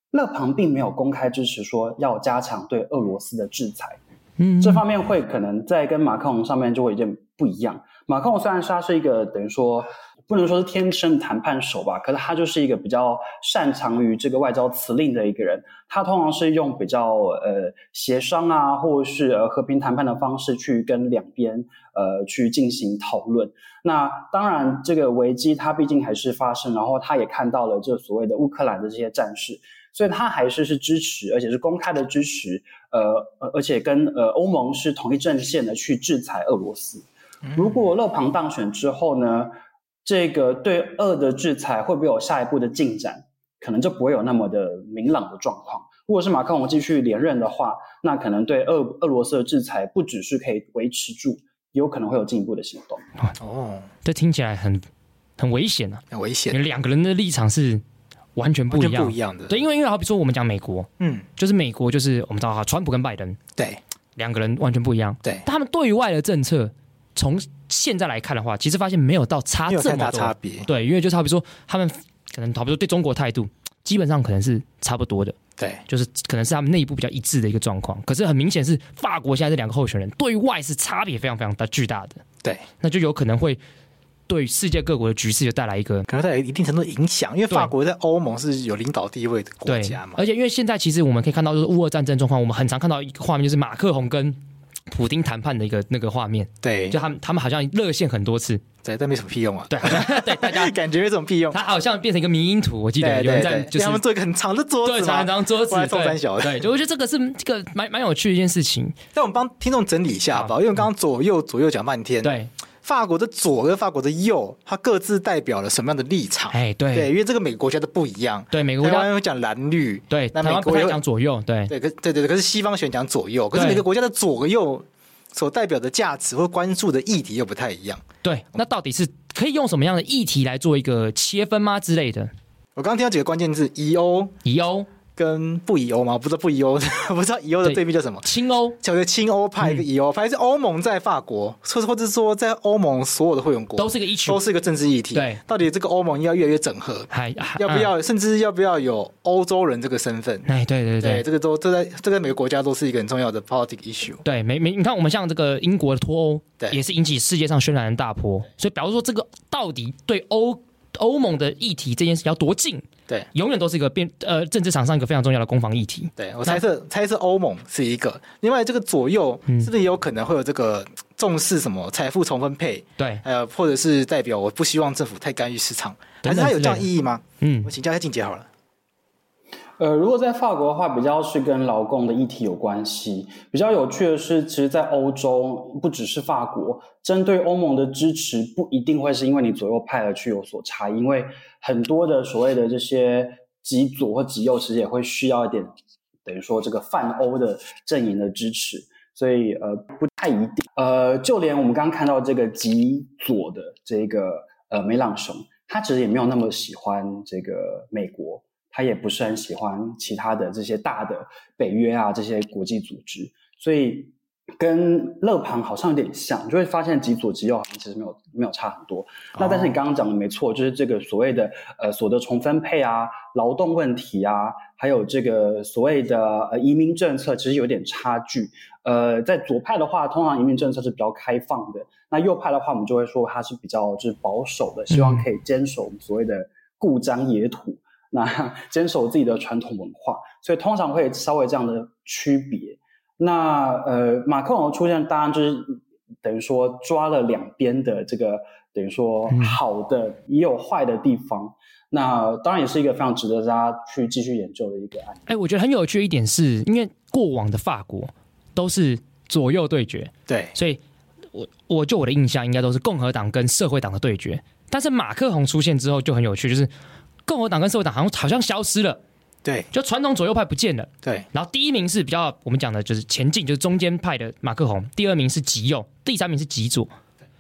[SPEAKER 4] 勒庞并没有公开支持说要加强对俄罗斯的制裁。
[SPEAKER 1] 嗯
[SPEAKER 4] 这方面会可能在跟马克龙上面就会有点不一样。马克龙虽然是他是一个等于说不能说是天生的谈判手吧，可是他就是一个比较擅长于这个外交辞令的一个人。他通常是用比较呃协商啊，或者是呃和平谈判的方式去跟两边呃去进行讨论。那当然，这个危机它毕竟还是发生，然后他也看到了这所谓的乌克兰的这些战事，所以他还是是支持，而且是公开的支持，呃，而而且跟呃欧盟是同一阵线的去制裁俄罗斯。
[SPEAKER 3] 嗯
[SPEAKER 4] 如果勒庞当选之后呢，这个对俄的制裁会不会有下一步的进展？可能就不会有那么的明朗的状况。如果是马克龙继续连任的话，那可能对俄俄罗斯的制裁不只是可以维持住，也有可能会有进一步的行动。
[SPEAKER 3] 哦，
[SPEAKER 1] 这听起来很很危险啊，
[SPEAKER 3] 很危
[SPEAKER 1] 因
[SPEAKER 3] 险
[SPEAKER 1] 为，两个人的立场是完全
[SPEAKER 3] 完
[SPEAKER 1] 不一
[SPEAKER 3] 全
[SPEAKER 1] 样
[SPEAKER 3] 不一。样的。
[SPEAKER 1] 对，因为因为好比说我们讲美国，
[SPEAKER 3] 嗯，
[SPEAKER 1] 就是美国就是我们知道哈，川普跟拜登
[SPEAKER 3] 对
[SPEAKER 1] 两个人完全不一样，
[SPEAKER 3] 对，
[SPEAKER 1] 但他们对外的政策，从现在来看的话，其实发现没有到差
[SPEAKER 3] 没有
[SPEAKER 1] 这
[SPEAKER 3] 太
[SPEAKER 1] 么
[SPEAKER 3] 大差
[SPEAKER 1] 多。
[SPEAKER 3] 别。
[SPEAKER 1] 对，因为就是好比说，他们可能好比说对中国态度，基本上可能是差不多的，
[SPEAKER 3] 对
[SPEAKER 1] 就是可能是他们内部比较一致的一个状况。可是很明显是法国现在这两个候选人对外是差别非常非常大巨大的，
[SPEAKER 3] 对，
[SPEAKER 1] 那就有可能会对世界各国的局势就带来一个
[SPEAKER 3] 可能它有一定程度的影响，因为
[SPEAKER 1] 对
[SPEAKER 3] 法国在欧盟是有领导地位的国
[SPEAKER 1] 对
[SPEAKER 3] 家嘛。
[SPEAKER 1] 而且因为现在其实我们可以看到，就是乌俄战争状况，我们很常看到一个画面，就是马克宏跟普丁谈判的一个那个画面，
[SPEAKER 3] 对
[SPEAKER 1] 哎就他们他们好像热线很多次，
[SPEAKER 3] 对，但没什么屁用啊。
[SPEAKER 1] 对，好像对大家
[SPEAKER 3] 感觉有种屁 用。
[SPEAKER 1] 他好像变成一个迷因图，我记得
[SPEAKER 3] 对
[SPEAKER 1] 有人
[SPEAKER 3] 对
[SPEAKER 1] 在
[SPEAKER 3] 对，
[SPEAKER 1] 就是
[SPEAKER 3] 让他们做一个很长的桌子
[SPEAKER 1] 对
[SPEAKER 3] 嘛，
[SPEAKER 1] 长一张桌子
[SPEAKER 3] 我，还送三小
[SPEAKER 1] 对
[SPEAKER 3] 的
[SPEAKER 1] 对，就我觉得这个是这个蛮蛮有趣的一件事情，
[SPEAKER 3] 但我们帮听众整理一下好不好？因为我们刚刚左右左右讲半天，，
[SPEAKER 1] 对，
[SPEAKER 3] 法国的左跟法国的右，它各自代表了什么样的立场？
[SPEAKER 1] 哎
[SPEAKER 3] 对，
[SPEAKER 1] 对
[SPEAKER 3] 因为这个每个国家都不一样。
[SPEAKER 1] 对，每个国
[SPEAKER 3] 台
[SPEAKER 1] 家
[SPEAKER 3] 湾会讲蓝绿，
[SPEAKER 1] 对
[SPEAKER 3] 那
[SPEAKER 1] 台
[SPEAKER 3] 美
[SPEAKER 1] 湾不
[SPEAKER 3] 国
[SPEAKER 1] 太
[SPEAKER 3] 也会
[SPEAKER 1] 讲左右，对
[SPEAKER 3] 对，可对对对，可是西方选讲左右，可是
[SPEAKER 1] 对
[SPEAKER 3] 每个国家的左跟右所代表的价值或关注的议题又不太一样。
[SPEAKER 1] 对，那到底是可以用什么样的议题来做一个切分吗之类的？
[SPEAKER 3] 我刚刚听到几个关键字：疑欧、
[SPEAKER 1] 以欧
[SPEAKER 3] 跟不以欧嘛，不知道不以欧，不知道以欧的
[SPEAKER 1] 对嗯
[SPEAKER 3] 对面叫什么？
[SPEAKER 1] 亲欧，
[SPEAKER 3] 叫做亲欧派跟以欧派，是欧盟在法国，或或者是说在欧盟所有的会员国
[SPEAKER 1] 都是个一群
[SPEAKER 3] 都，是一个政治议题。
[SPEAKER 1] 对，
[SPEAKER 3] 到底这个欧盟要越来越整合，
[SPEAKER 1] 还还
[SPEAKER 3] 要不
[SPEAKER 1] 嗯
[SPEAKER 3] 要、甚至要不要有欧洲人这个身份？
[SPEAKER 1] 哎，对对对
[SPEAKER 3] 对，这个都这在这在每个国家都是一个很重要的 politic issue。
[SPEAKER 1] 对，没没，你看我们像这个英国的脱欧，
[SPEAKER 3] 对
[SPEAKER 1] 也是引起世界上轩然的大波。所以，表示说这个到底对欧欧盟的议题这件事要多近，
[SPEAKER 3] 对，
[SPEAKER 1] 永远都是一个变呃政治场上一个非常重要的攻防议题。
[SPEAKER 3] 对我猜测猜测欧盟是一个，另外这个左右
[SPEAKER 1] 嗯
[SPEAKER 3] 是不是也有可能会有这个重视什么财富重分配，
[SPEAKER 1] 对，
[SPEAKER 3] 呃，或者是代表我不希望政府太干预市场，还
[SPEAKER 1] 等等
[SPEAKER 3] 是它有这样
[SPEAKER 1] 之类
[SPEAKER 3] 意义吗？
[SPEAKER 1] 嗯
[SPEAKER 3] 我，请教一下静姐好了。
[SPEAKER 4] 呃，如果在法国的话，比较是跟劳工的议题有关系。比较有趣的是，其实，在欧洲不只是法国，针对欧盟的支持不一定会是因为你左右派而去有所差异，因为很多的所谓的这些极左或极右，其实也会需要一点，等于说这个泛欧的阵营的支持。所以呃不太一定。呃，就连我们刚刚看到这个极左的这个呃梅朗雄，他其实也没有那么喜欢这个美国，他也不是很喜欢其他的这些大的北约啊这些国际组织，所以。跟勒庞好像有点像，你就会发现极左极右好像其实没有没有差很多。那但是你刚刚讲的没错，就是这个所谓的呃所得重分配啊、劳动问题啊，还有这个所谓的呃移民政策，其实有点差距。呃，在左派的话，通常移民政策是比较开放的；那右派的话，我们就会说它是比较就是保守的，希望可以坚守我们所谓的故疆野土，那 坚守自己的传统文化，所以通常会稍微这样的区别。那呃，马克龙的出现当然就是等于说抓了两边的这个等于说
[SPEAKER 1] 嗯
[SPEAKER 4] 好的也有坏的地方，那当然也是一个非常值得大家去继续研究的一个案例。
[SPEAKER 1] 哎，我觉得很有趣的一点是，因为过往的法国都是左右对决，
[SPEAKER 3] 对，
[SPEAKER 1] 所以我我就我的印象应该都是共和党跟社会党的对决。但是马克宏出现之后就很有趣，就是共和党跟社会党好像好像消失了，
[SPEAKER 3] 对，
[SPEAKER 1] 就传统左右派不见了。
[SPEAKER 3] 对，
[SPEAKER 1] 然后第一名是比较我们讲的就是前进，就是中间派的马克宏；第二名是极右，第三名是极左。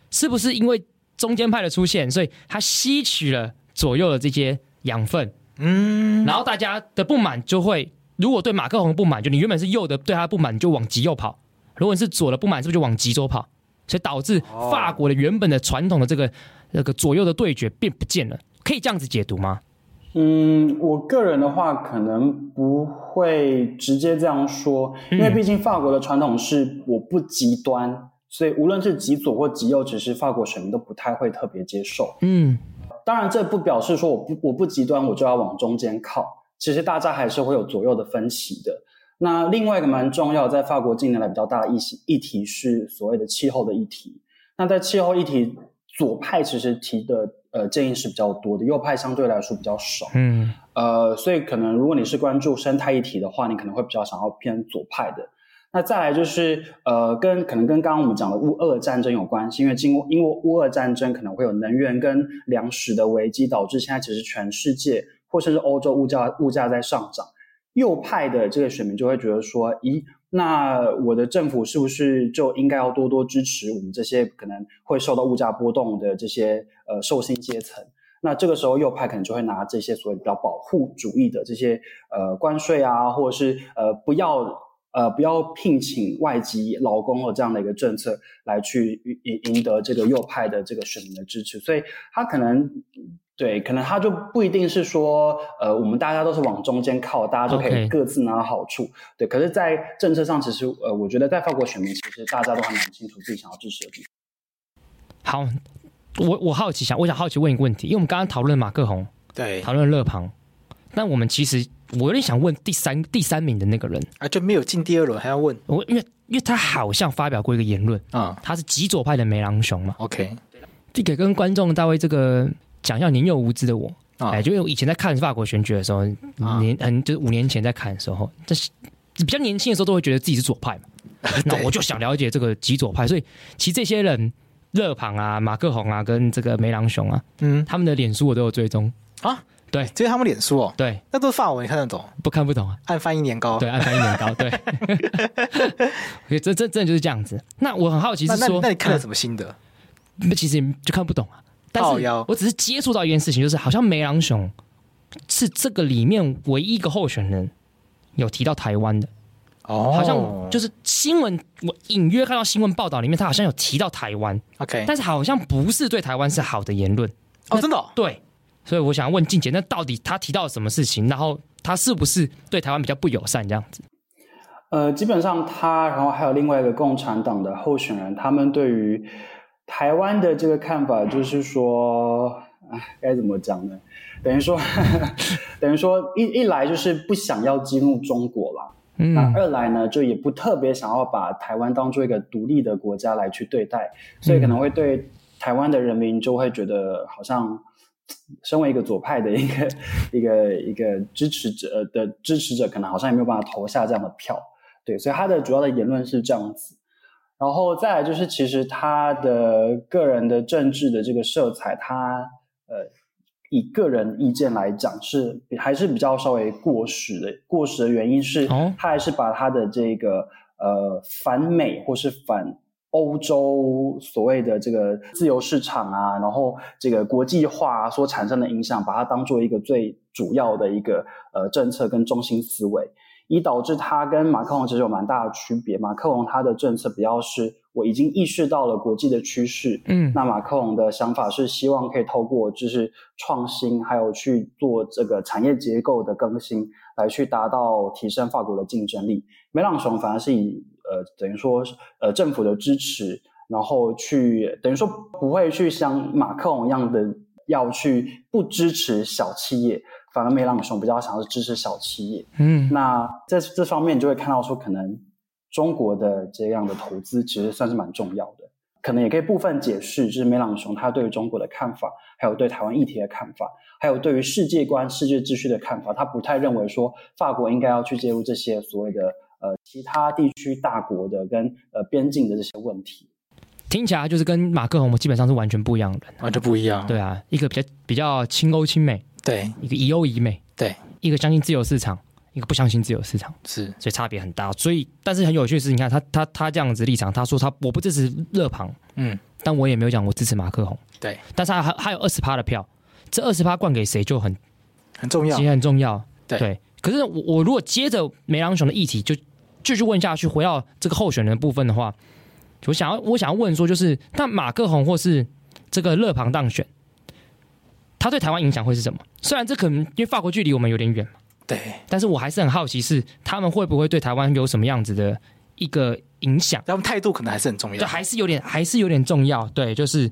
[SPEAKER 1] 是不是因为中间派的出现，所以他吸取了左右的这些养分？嗯，然后大家的不满就会，如果对马克宏不满，就你原本是右的，对他不满你就往极右跑；如果你是左的不满，是不是就往极左跑？所以导致法国的原本的传统的这个那个左右的对决变不见了，可以这样子解读吗？
[SPEAKER 4] 嗯，我个人的话，可能不会直接这样说，因为毕竟法国的传统是我不极端，所以无论是极左或极右，其实法国选民都不太会特别接受。
[SPEAKER 1] 嗯，
[SPEAKER 4] 当然，这不表示说我不我不极端，我就要往中间靠。其实大家还是会有左右的分歧的。那另外一个蛮重要，在法国近年来比较大的议题议题是所谓的气候的议题。那在气候议题，左派其实提的呃建议是比较多的，右派相对来说比较少。
[SPEAKER 1] 嗯，
[SPEAKER 4] 呃，所以可能如果你是关注生态议题的话，你可能会比较想要偏左派的。那再来就是呃，跟可能跟刚刚我们讲的乌俄战争有关系，因为经过因为乌俄战争可能会有能源跟粮食的危机，导致现在其实全世界或甚至欧洲物价物价在上涨。右派的这个选民就会觉得说，咦，那我的政府是不是就应该要多多支持我们这些可能会受到物价波动的这些呃受薪阶层？那这个时候右派可能就会拿这些所谓比较保护主义的这些呃关税啊，或者是呃不要呃不要聘请外籍劳工的这样的一个政策来去赢赢得这个右派的这个选民的支持，所以他可能。对，可能他就不一定是说，呃，我们大家都是往中间靠，大家就可
[SPEAKER 1] OK
[SPEAKER 4] 以各自拿好处。对，可是，在政策上，其实，呃，我觉得在法国选民，其实大家都还蛮清楚自己想要支持的地方。
[SPEAKER 1] 好，我我好奇想，我想好奇问一个问题，因为我们刚刚讨论马克宏，
[SPEAKER 3] 对，
[SPEAKER 1] 讨论勒庞，那我们其实我有点想问第三第三名的那个人，
[SPEAKER 3] 啊，就没有进第二轮还要问
[SPEAKER 1] 我因为因为他好像发表过一个言论，
[SPEAKER 3] 啊、
[SPEAKER 1] 他是极左派的梅朗雄嘛，
[SPEAKER 3] o k
[SPEAKER 1] 这个跟观众大卫这个讲一下年幼无知的我。
[SPEAKER 3] 啊
[SPEAKER 1] 哎，就因为我以前在看法国选举的时候，
[SPEAKER 3] 啊
[SPEAKER 1] 年嗯，就是五年前在看的时候，但是比较年轻的时候都会觉得自己是左派嘛， 那我就想了解这个极左派，所以其实这些人，勒庞啊、马克宏啊、跟这个梅朗雄啊，
[SPEAKER 3] 嗯，
[SPEAKER 1] 他们的脸书我都有追踪，
[SPEAKER 3] 啊这是他们脸书哦，
[SPEAKER 1] 对，
[SPEAKER 3] 那都是法文，你看得懂，
[SPEAKER 1] 不看不懂啊，
[SPEAKER 3] 按翻译年糕。
[SPEAKER 1] 对，按翻译年糕，对，我 觉得这这真的就是这样子。那我很好奇
[SPEAKER 3] 那
[SPEAKER 1] 是
[SPEAKER 3] 那
[SPEAKER 1] 说，
[SPEAKER 3] 那你看了什么心得？
[SPEAKER 1] 嗯其实也就看不懂啊，但
[SPEAKER 3] 靠
[SPEAKER 1] 是
[SPEAKER 3] 腰
[SPEAKER 1] 我只是接触到一件事情，就是好像梅朗雄是这个里面唯一一个候选人有提到台湾的，
[SPEAKER 3] 哦
[SPEAKER 1] 嗯好像就是新闻，我隐约看到新闻报道里面，他好像有提到台湾，
[SPEAKER 3] OK，
[SPEAKER 1] 但是好像不是对台湾是好的言论。
[SPEAKER 3] 哦，真的哦
[SPEAKER 1] 对，所以我想问静姐，那到底他提到什么事情？然后他是不是对台湾比较不友善这样子？
[SPEAKER 4] 呃，基本上他，然后还有另外一个共产党的候选人，他们对于台湾的这个看法，就是说，哎，该怎么讲呢？等于说， 等于说一一来就是不想要激怒中国啦，那呃
[SPEAKER 1] 嗯
[SPEAKER 4] 二来呢，就也不特别想要把台湾当做一个独立的国家来去对待，所以可能会对台湾的人民就会觉得好像。身为一个左派的一个 一个一个支持者呃的支持者，可能好像也没有办法投下这样的票，对，所以他的主要的言论是这样子。然后再来就是，其实他的个人的政治的这个色彩，他呃以个人意见来讲是还是比较稍微过时的。过时的原因是
[SPEAKER 1] 哦，
[SPEAKER 4] 他还是把他的这个呃反美或是反欧洲所谓的这个自由市场啊，然后这个国际化、啊、所产生的影响，把它当做一个最主要的一个呃政策跟中心思维。以导致他跟马克龙其实有蛮大的区别。马克龙他的政策比较是，我已经意识到了国际的趋势，
[SPEAKER 1] 嗯
[SPEAKER 4] 那马克龙的想法是希望可以透过就是创新，还有去做这个产业结构的更新，来去达到提升法国的竞争力。梅朗雄反而是以呃等于说是呃政府的支持，然后去等于说不会去像马克龙一样的要去不支持小企业，反而梅朗雄比较想要支持小企业。
[SPEAKER 1] 嗯，
[SPEAKER 4] 那这这方面就会看到说，可能中国的这样的投资其实算是蛮重要的，可能也可以部分解释，就是梅朗雄他对于中国的看法，还有对台湾议题的看法，还有对于世界观、世界秩序的看法，他不太认为说法国应该要去介入这些所谓的呃其他地区大国的跟呃边境的这些问题。
[SPEAKER 1] 听起来就是跟马克宏基本上是完全不一样的人。
[SPEAKER 3] 完全不一样。
[SPEAKER 1] 对啊，一个比较比较亲欧亲美，
[SPEAKER 3] 对
[SPEAKER 1] 一个以欧以美，
[SPEAKER 3] 对，
[SPEAKER 1] 一个相信自由市场，一个不相信自由市场，
[SPEAKER 3] 是
[SPEAKER 1] 所以差别很大。所以，但是很有趣的是，你看他他他这样子立场，他说他我不支持勒庞，
[SPEAKER 3] 嗯
[SPEAKER 1] 但我也没有讲我支持马克宏，
[SPEAKER 3] 对，
[SPEAKER 1] 但是他还还有二十趴的票，这二十趴灌给谁就很
[SPEAKER 3] 很重要
[SPEAKER 1] 其。实很重要。
[SPEAKER 3] 对
[SPEAKER 1] 可是我我如果接着梅朗雄的议题就继续问下去，回到这个候选人的部分的话，我想要我想要问说，就是那马克宏或是这个勒庞当选，他对台湾影响会是什么？虽然这可能因为法国距离我们有点远嘛，
[SPEAKER 3] 对，
[SPEAKER 1] 但是我还是很好奇是他们会不会对台湾有什么样子的一个影响？
[SPEAKER 3] 他们态度可能还是很重
[SPEAKER 1] 对，
[SPEAKER 3] 要。
[SPEAKER 1] 还是有点，还是有点重要。对，就是，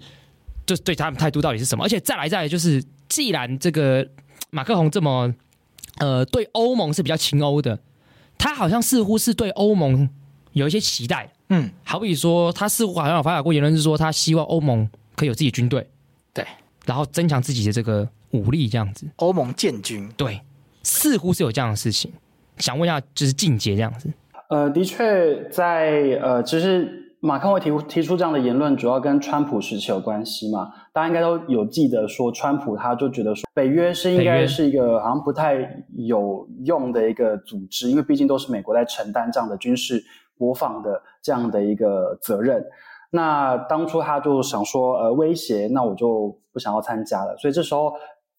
[SPEAKER 1] 就是对他们态度到底是什么？而且再来，再来就是，既然这个马克宏这么，呃，对欧盟是比较亲欧的，他好像似乎是对欧盟有一些期待。
[SPEAKER 3] 嗯，
[SPEAKER 1] 好比说，他似乎好像有发表过言论，是说他希望欧盟可以有自己军队，
[SPEAKER 3] 对，
[SPEAKER 1] 然后增强自己的这个武力，这样子。
[SPEAKER 3] 欧盟建军，
[SPEAKER 1] 对，似乎是有这样的事情。想问一下，就是境界这样子。
[SPEAKER 4] 呃，的确在，呃，其实马克会提提出这样的言论，主要跟川普时期有关系嘛。大家应该都有记得说，川普他就觉得说，北约是应
[SPEAKER 1] 北
[SPEAKER 4] 该
[SPEAKER 1] 约
[SPEAKER 4] 是一个好像不太有用的一个组织，因为毕竟都是美国在承担这样的军事国防的这样的一个责任。那当初他就想说，呃，威胁，那我就不想要参加了。所以这时候，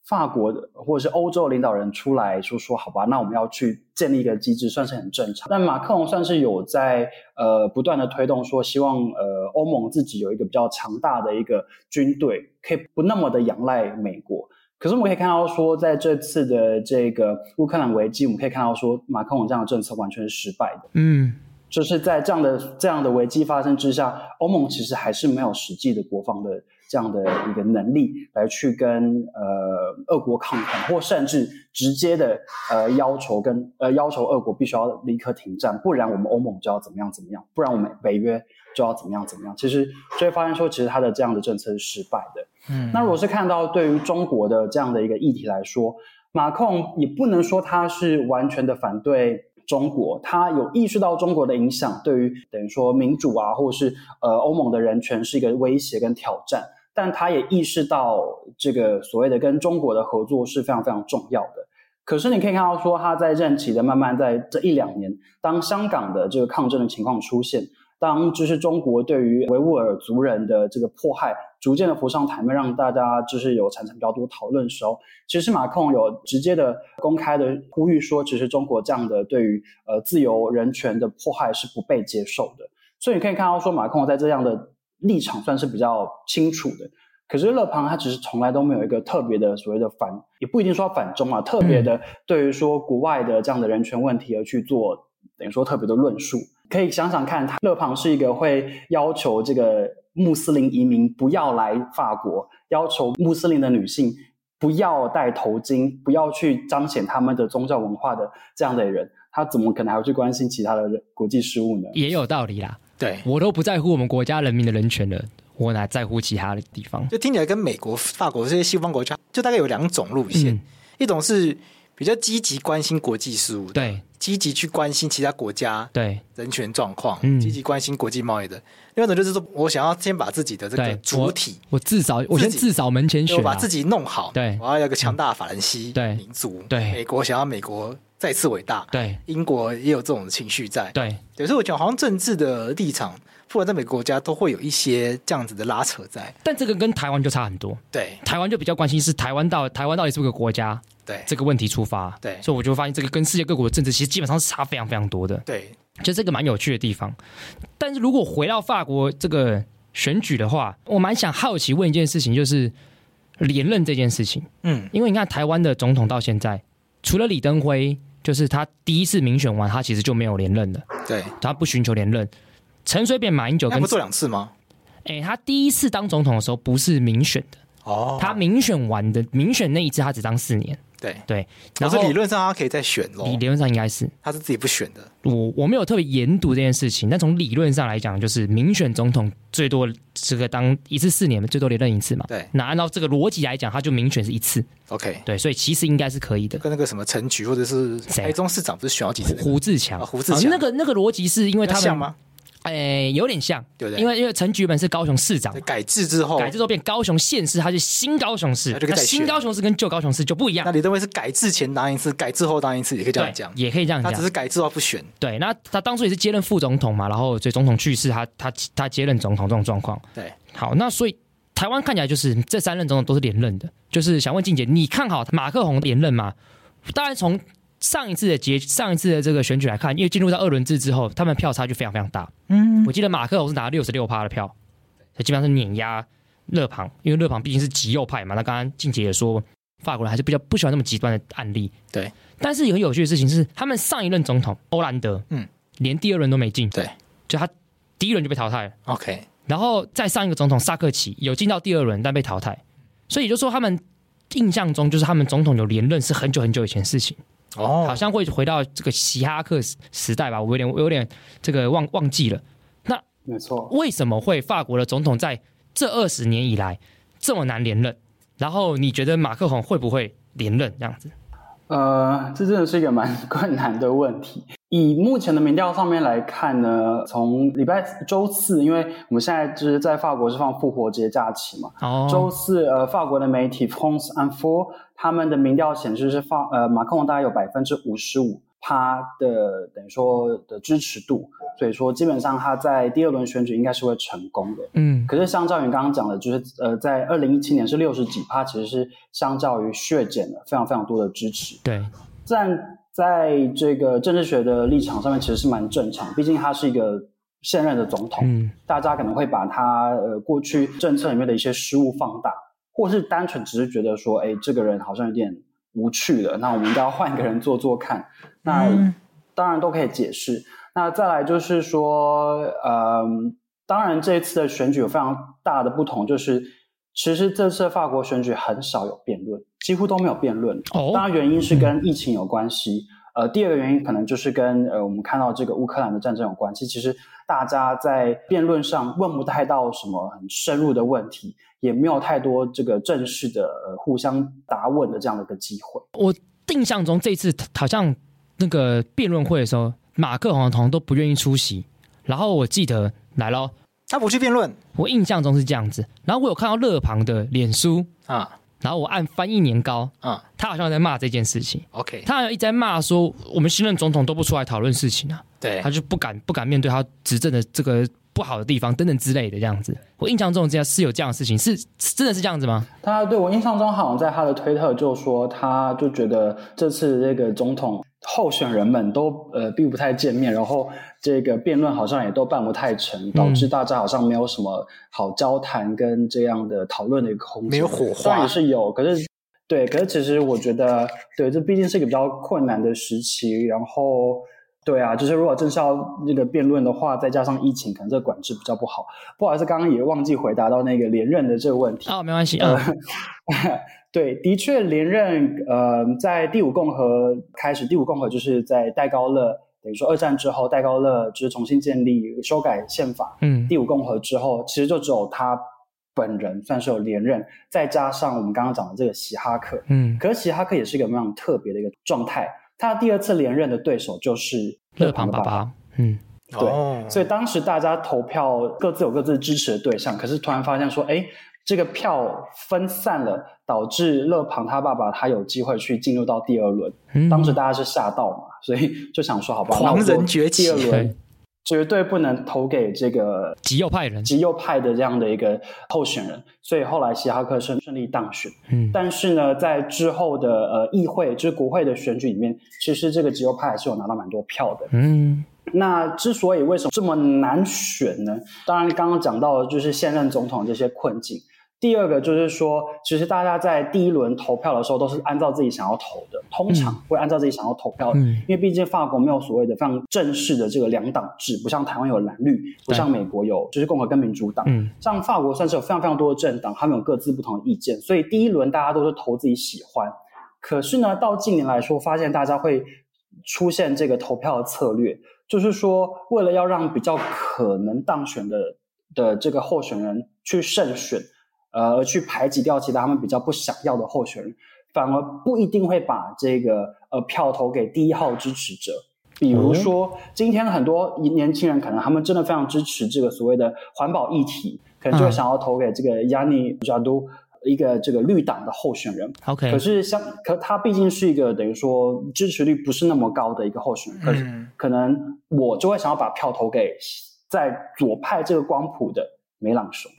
[SPEAKER 4] 法国的或者是欧洲领导人出来说说，好吧，那我们要去建立一个机制，算是很正常。但马克龙算是有在呃不断的推动说，希望呃欧盟自己有一个比较强大的一个军队，可以不那么的仰赖美国。可是我们可以看到说，在这次的这个乌克兰危机，我们可以看到说，马克龙这样的政策完全是失败的。
[SPEAKER 1] 嗯，
[SPEAKER 4] 就是在这样的这样的危机发生之下，欧盟其实还是没有实际的国防的这样的一个能力来去跟呃俄国抗衡，或甚至直接的呃要求跟呃要求俄国必须要立刻停战，不然我们欧盟就要怎么样怎么样，不然我们北约就要怎么样怎么样。其实就会发现说，其实他的这样的政策是失败的。
[SPEAKER 3] 嗯，
[SPEAKER 4] 那如果是看到对于中国的这样的一个议题来说，马克龙也不能说他是完全的反对中国，他有意识到中国的影响对于等于说民主啊，或者是呃欧盟的人权是一个威胁跟挑战，但他也意识到这个所谓的跟中国的合作是非常非常重要的。可是你可以看到说，他在任期的慢慢在这一两年，当香港的这个抗争的情况出现，当就是中国对于维吾尔族人的这个迫害逐渐的浮上台面，让大家就是有产生比较多讨论的时候，其实马控有直接的公开的呼吁说，其实中国这样的对于呃自由人权的迫害是不被接受的。所以你可以看到说，马控在这样的立场算是比较清楚的。可是勒庞他其实从来都没有一个特别的所谓的反，也不一定说反中啊，特别的对于说国外的这样的人权问题而去做等于说特别的论述。可以想想看，他勒庞是一个会要求这个穆斯林移民不要来法国，要求穆斯林的女性不要戴头巾，不要去彰显他们的宗教文化的这样的人，他怎么可能还会去关心其他的人国际事务呢？
[SPEAKER 1] 也有道理啦。
[SPEAKER 3] 对，
[SPEAKER 1] 我都不在乎我们国家人民的人权了，我哪在乎其他的地方？
[SPEAKER 3] 就听起来跟美国、法国这些西方国家，就大概有两种路线，
[SPEAKER 1] 嗯
[SPEAKER 3] 一种是比较积极关心国际事务的，
[SPEAKER 1] 对
[SPEAKER 3] 积极去关心其他国家
[SPEAKER 1] 对
[SPEAKER 3] 人权状况，
[SPEAKER 1] 嗯
[SPEAKER 3] 积极关心国际贸易的；另外一种就是说我想要先把自己的这个
[SPEAKER 1] 对，
[SPEAKER 3] 主体，
[SPEAKER 1] 我我自扫，我先
[SPEAKER 3] 自己
[SPEAKER 1] 自扫门前雪
[SPEAKER 3] 就
[SPEAKER 1] 啊，
[SPEAKER 3] 把自己弄好，
[SPEAKER 1] 对
[SPEAKER 3] 我要有个强大的法兰西
[SPEAKER 1] 对
[SPEAKER 3] 民族，
[SPEAKER 1] 对
[SPEAKER 3] 美国想要美国再次伟大，
[SPEAKER 1] 对
[SPEAKER 3] 英国也有这种情绪在，
[SPEAKER 1] 对
[SPEAKER 3] 对，所以我觉得好像政治的立场，不管在每个国家都会有一些这样子的拉扯在，
[SPEAKER 1] 但这个跟台湾就差很多，
[SPEAKER 3] 对
[SPEAKER 1] 台湾就比较关心是台湾到台湾到底是不是个国家
[SPEAKER 3] 对
[SPEAKER 1] 这个问题出发，
[SPEAKER 3] 对
[SPEAKER 1] 所以我就发现这个跟世界各国的政治其实基本上是差非常非常多的，
[SPEAKER 3] 对，
[SPEAKER 1] 就这个蛮有趣的地方。但是如果回到法国这个选举的话，我蛮想好奇问一件事情，就是连任这件事情。
[SPEAKER 3] 嗯
[SPEAKER 1] 因为你看台湾的总统到现在，除了李登辉，就是他第一次民选完，他其实就没有连任了，
[SPEAKER 3] 对，
[SPEAKER 1] 他不寻求连任。陈水扁、马英九
[SPEAKER 3] 那
[SPEAKER 1] 跟
[SPEAKER 3] 不做两次吗？
[SPEAKER 1] 哎，他第一次当总统的时候不是民选的，
[SPEAKER 3] 哦，
[SPEAKER 1] 他民选完的民选那一次他只当四年，
[SPEAKER 3] 对，
[SPEAKER 1] 对，
[SPEAKER 3] 可
[SPEAKER 1] 然
[SPEAKER 3] 是
[SPEAKER 1] 后
[SPEAKER 3] 哦理论上他可以再选咯，
[SPEAKER 1] 理理论上应该是
[SPEAKER 3] 他是自己不选的，
[SPEAKER 1] 我我没有特别研读这件事情，但从理论上来讲，就是民选总统最多这个当一次四年，最多连任一次嘛。
[SPEAKER 3] 对
[SPEAKER 1] 那按照这个逻辑来讲，他就民选是一次，
[SPEAKER 3] ，OK，
[SPEAKER 1] 对，所以其实应该是可以的。
[SPEAKER 3] 跟那个什么陈菊或者是
[SPEAKER 1] 谁啊
[SPEAKER 3] 台中市长不是选好几次
[SPEAKER 1] 胡
[SPEAKER 3] 那个，
[SPEAKER 1] 胡志强，
[SPEAKER 3] 啊胡志
[SPEAKER 1] 啊
[SPEAKER 3] 强
[SPEAKER 1] 那个那个逻辑是因为
[SPEAKER 3] 那
[SPEAKER 1] 他
[SPEAKER 3] 像
[SPEAKER 1] 们
[SPEAKER 3] 吗？
[SPEAKER 1] 哎、有点像，
[SPEAKER 3] 对不对
[SPEAKER 1] 因为因为陈菊本是高雄市长嘛哦
[SPEAKER 3] 在，改制之后，
[SPEAKER 1] 改制之后变高雄县市，它是新高雄市
[SPEAKER 3] 那，就可以
[SPEAKER 1] 那
[SPEAKER 3] 再
[SPEAKER 1] 新
[SPEAKER 3] 选
[SPEAKER 1] 高雄市跟旧高雄市就不一样
[SPEAKER 3] 那。李登辉是改制前当一次，改制后当一次，也可以这
[SPEAKER 1] 对
[SPEAKER 3] 样讲，。
[SPEAKER 1] 也可以这样
[SPEAKER 3] 他
[SPEAKER 1] 讲
[SPEAKER 3] 只。是改制后不选，
[SPEAKER 1] 对，那他当初也是接任副总统嘛，然后所以总统去世，他他他接任总统这种状况。
[SPEAKER 3] 对，
[SPEAKER 1] 好，那所以台湾看起来就是这三任总统都是连任的，就是想问静姐，你看好马克宏连任吗？当然，从上一次的结上一次的这个选举来看，因为进入到二轮制之后，他们票差距非常非常大。嗯，我记得马克宏是拿六十六趴的票，所以基本上是碾压勒庞，因为勒庞毕竟是极右派嘛。那刚刚静姐也说，法国人还是比较不喜欢那么极端的案例。
[SPEAKER 3] 对，
[SPEAKER 1] 但是有很有趣的事情是，他们上一任总统欧兰德，
[SPEAKER 3] 嗯
[SPEAKER 1] 嗯，连第二轮都没进，
[SPEAKER 3] 对，
[SPEAKER 1] 就他第一轮就被淘汰了。
[SPEAKER 3] ，OK，
[SPEAKER 1] 然后再上一个总统萨克奇有进到第二轮，但被淘汰，所以也就是说他们印象中就是他们总统有连任是很久很久以前的事情，好
[SPEAKER 3] 哦，
[SPEAKER 1] 像会回到这个希哈克时时代吧，我有点我有点这个忘忘记了，
[SPEAKER 4] 没错，
[SPEAKER 1] 为什么会法国的总统在这二十年以来这么难连任？然后你觉得马克宏会不会连任这样子？
[SPEAKER 4] 呃，这真的是一个蛮困难的问题。以目前的民调上面来看呢，从礼拜周四，因为我们现在就是在法国是放复活节假期嘛，周
[SPEAKER 1] 哦，
[SPEAKER 4] 四呃，法国的媒体 France Info 他们的民调显示是法呃马克龙大概有百分之五十五趴的等于说的支持度，所以说基本上他在第二轮选举应该是会成功的。
[SPEAKER 1] 嗯，
[SPEAKER 4] 可是相较于刚刚讲的，就是呃，在二零一七年是六十几趴，其实是相较于削减了非常非常多的支持。
[SPEAKER 1] 对，
[SPEAKER 4] 站在这个政治学的立场上面，其实是蛮正常，毕竟他是一个现任的总统，
[SPEAKER 1] 嗯，
[SPEAKER 4] 大家可能会把他呃过去政策里面的一些失误放大，或是单纯只是觉得说，哎，这个人好像有点无趣了，那我们应该要换一个人做做看。那、当然都可以解释。那再来就是说，呃，当然这一次的选举有非常大的不同，就是其实这次的法国选举很少有辩论，几乎都没有辩论。
[SPEAKER 1] 哦
[SPEAKER 4] 当然原因是跟疫情有关系。呃，第二个原因可能就是跟呃我们看到这个乌克兰的战争有关系。其实大家在辩论上问不太到什么很深入的问题，也没有太多这个正式的、呃、互相答问的这样的一个机会。
[SPEAKER 1] 印象中这次好像那个辩论会的时候，马克宏同都不愿意出席。然后我记得来咯，
[SPEAKER 3] 他不去辩论
[SPEAKER 1] 我印象中是这样子。然后我有看到勒庞的脸书，
[SPEAKER 3] 啊
[SPEAKER 1] 然后我按翻译年糕，
[SPEAKER 3] 啊
[SPEAKER 1] 他好像在骂这件事情，
[SPEAKER 3] ，OK，
[SPEAKER 1] 他好像一直在骂说我们新任总统都不出来讨论事情啊，
[SPEAKER 3] 对
[SPEAKER 1] 他就不敢不敢面对他执政的这个不好的地方等等之类的这样子。我印象中这样是有这样的事情，是是真的是这样子 吗？
[SPEAKER 4] 他对我印象中好像在他的推特就说，他就觉得这次这个总统候选人们都呃并不太见面，然后这个辩论好像也都办不太成，导致大家好像没有什么好交谈跟这样的讨论的一个空间，
[SPEAKER 3] 没有火
[SPEAKER 4] 当然
[SPEAKER 3] 花
[SPEAKER 4] 也，是有，可是对，可是其实我觉得，对，这毕竟是一个比较困难的时期。然后，对啊，就是如果正是要那个辩论的话，再加上疫情，可能这个管制比较不好。不好意思，刚刚也忘记回答到那个连任的这个问题。
[SPEAKER 1] 啊、没关系，嗯，
[SPEAKER 4] 对，的确连任，呃，在第五共和开始，第五共和就是在戴高乐，等于说二战之后，戴高乐就是重新建立、修改宪法，
[SPEAKER 1] 嗯
[SPEAKER 4] 第五共和之后，其实就只有他本人算是有连任，再加上我们刚刚讲的这个希哈克，
[SPEAKER 1] 嗯，
[SPEAKER 4] 可是希哈克也是一个非常特别的一个状态。他第二次连任的对手就是
[SPEAKER 1] 勒庞
[SPEAKER 4] 的
[SPEAKER 1] 爸爸，嗯，
[SPEAKER 4] 对
[SPEAKER 3] 哦，
[SPEAKER 4] 所以当时大家投票各自有各自支持的对象，可是突然发现说，哎，这个票分散了，导致勒庞他爸爸他有机会去进入到第二轮。
[SPEAKER 1] 嗯
[SPEAKER 4] 当时大家是吓到嘛，所以就想说，好吧，
[SPEAKER 3] 狂
[SPEAKER 4] 那我就
[SPEAKER 3] 人崛起
[SPEAKER 4] 第二
[SPEAKER 1] 对
[SPEAKER 4] 轮绝对不能投给这个
[SPEAKER 1] 极右派人，
[SPEAKER 4] 极右派的这样的一个候选人，所以后来希哈克顺顺利当选。
[SPEAKER 1] 嗯，
[SPEAKER 4] 但是呢，在之后的呃议会，就是国会的选举里面，其实这个极右派还是有拿到蛮多票的。
[SPEAKER 1] 嗯
[SPEAKER 4] 那之所以为什么这么难选呢？当然，刚刚讲到的就是现任总统这些困境。第二个就是说，其实大家在第一轮投票的时候都是按照自己想要投的，通常会按照自己想要投票的，
[SPEAKER 1] 嗯
[SPEAKER 4] 因为毕竟法国没有所谓的非常正式的这个两党制，不像台湾有蓝绿，不像美国有就是共和跟民主党。
[SPEAKER 1] 嗯
[SPEAKER 4] 像法国算是有非常非常多的政党，他们有各自不同的意见，所以第一轮大家都是投自己喜欢。可是呢，到近年来说，发现大家会出现这个投票的策略，就是说，为了要让比较可能当选的的这个候选人去胜选，呃，而去排挤掉其他他们比较不想要的候选人，反而不一定会把这个呃票投给第一号支持者。比如说，今天很多年轻人可能他们真的非常支持这个所谓的环保议题，可能就会
[SPEAKER 1] 嗯
[SPEAKER 4] 想要投给这个 Yanni Jadot 一个这个绿党的候选人。
[SPEAKER 1] ，OK，
[SPEAKER 4] 可是像可他毕竟是一个等于说支持率不是那么高的一个候选人，可是
[SPEAKER 3] 嗯，
[SPEAKER 4] 可能我就会想要把票投给在左派这个光谱的梅朗雄。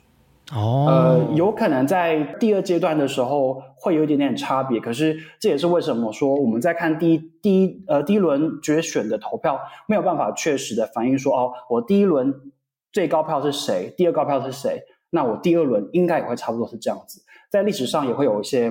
[SPEAKER 1] 哦，
[SPEAKER 4] 呃，有可能在第二阶段的时候会有一点点差别，可是这也是为什么说我们在看第一第一呃第一轮决选的投票没有办法确实的反映说哦，我第一轮最高票是谁，第二高票是谁，那我第二轮应该也会差不多是这样子，在历史上也会有一些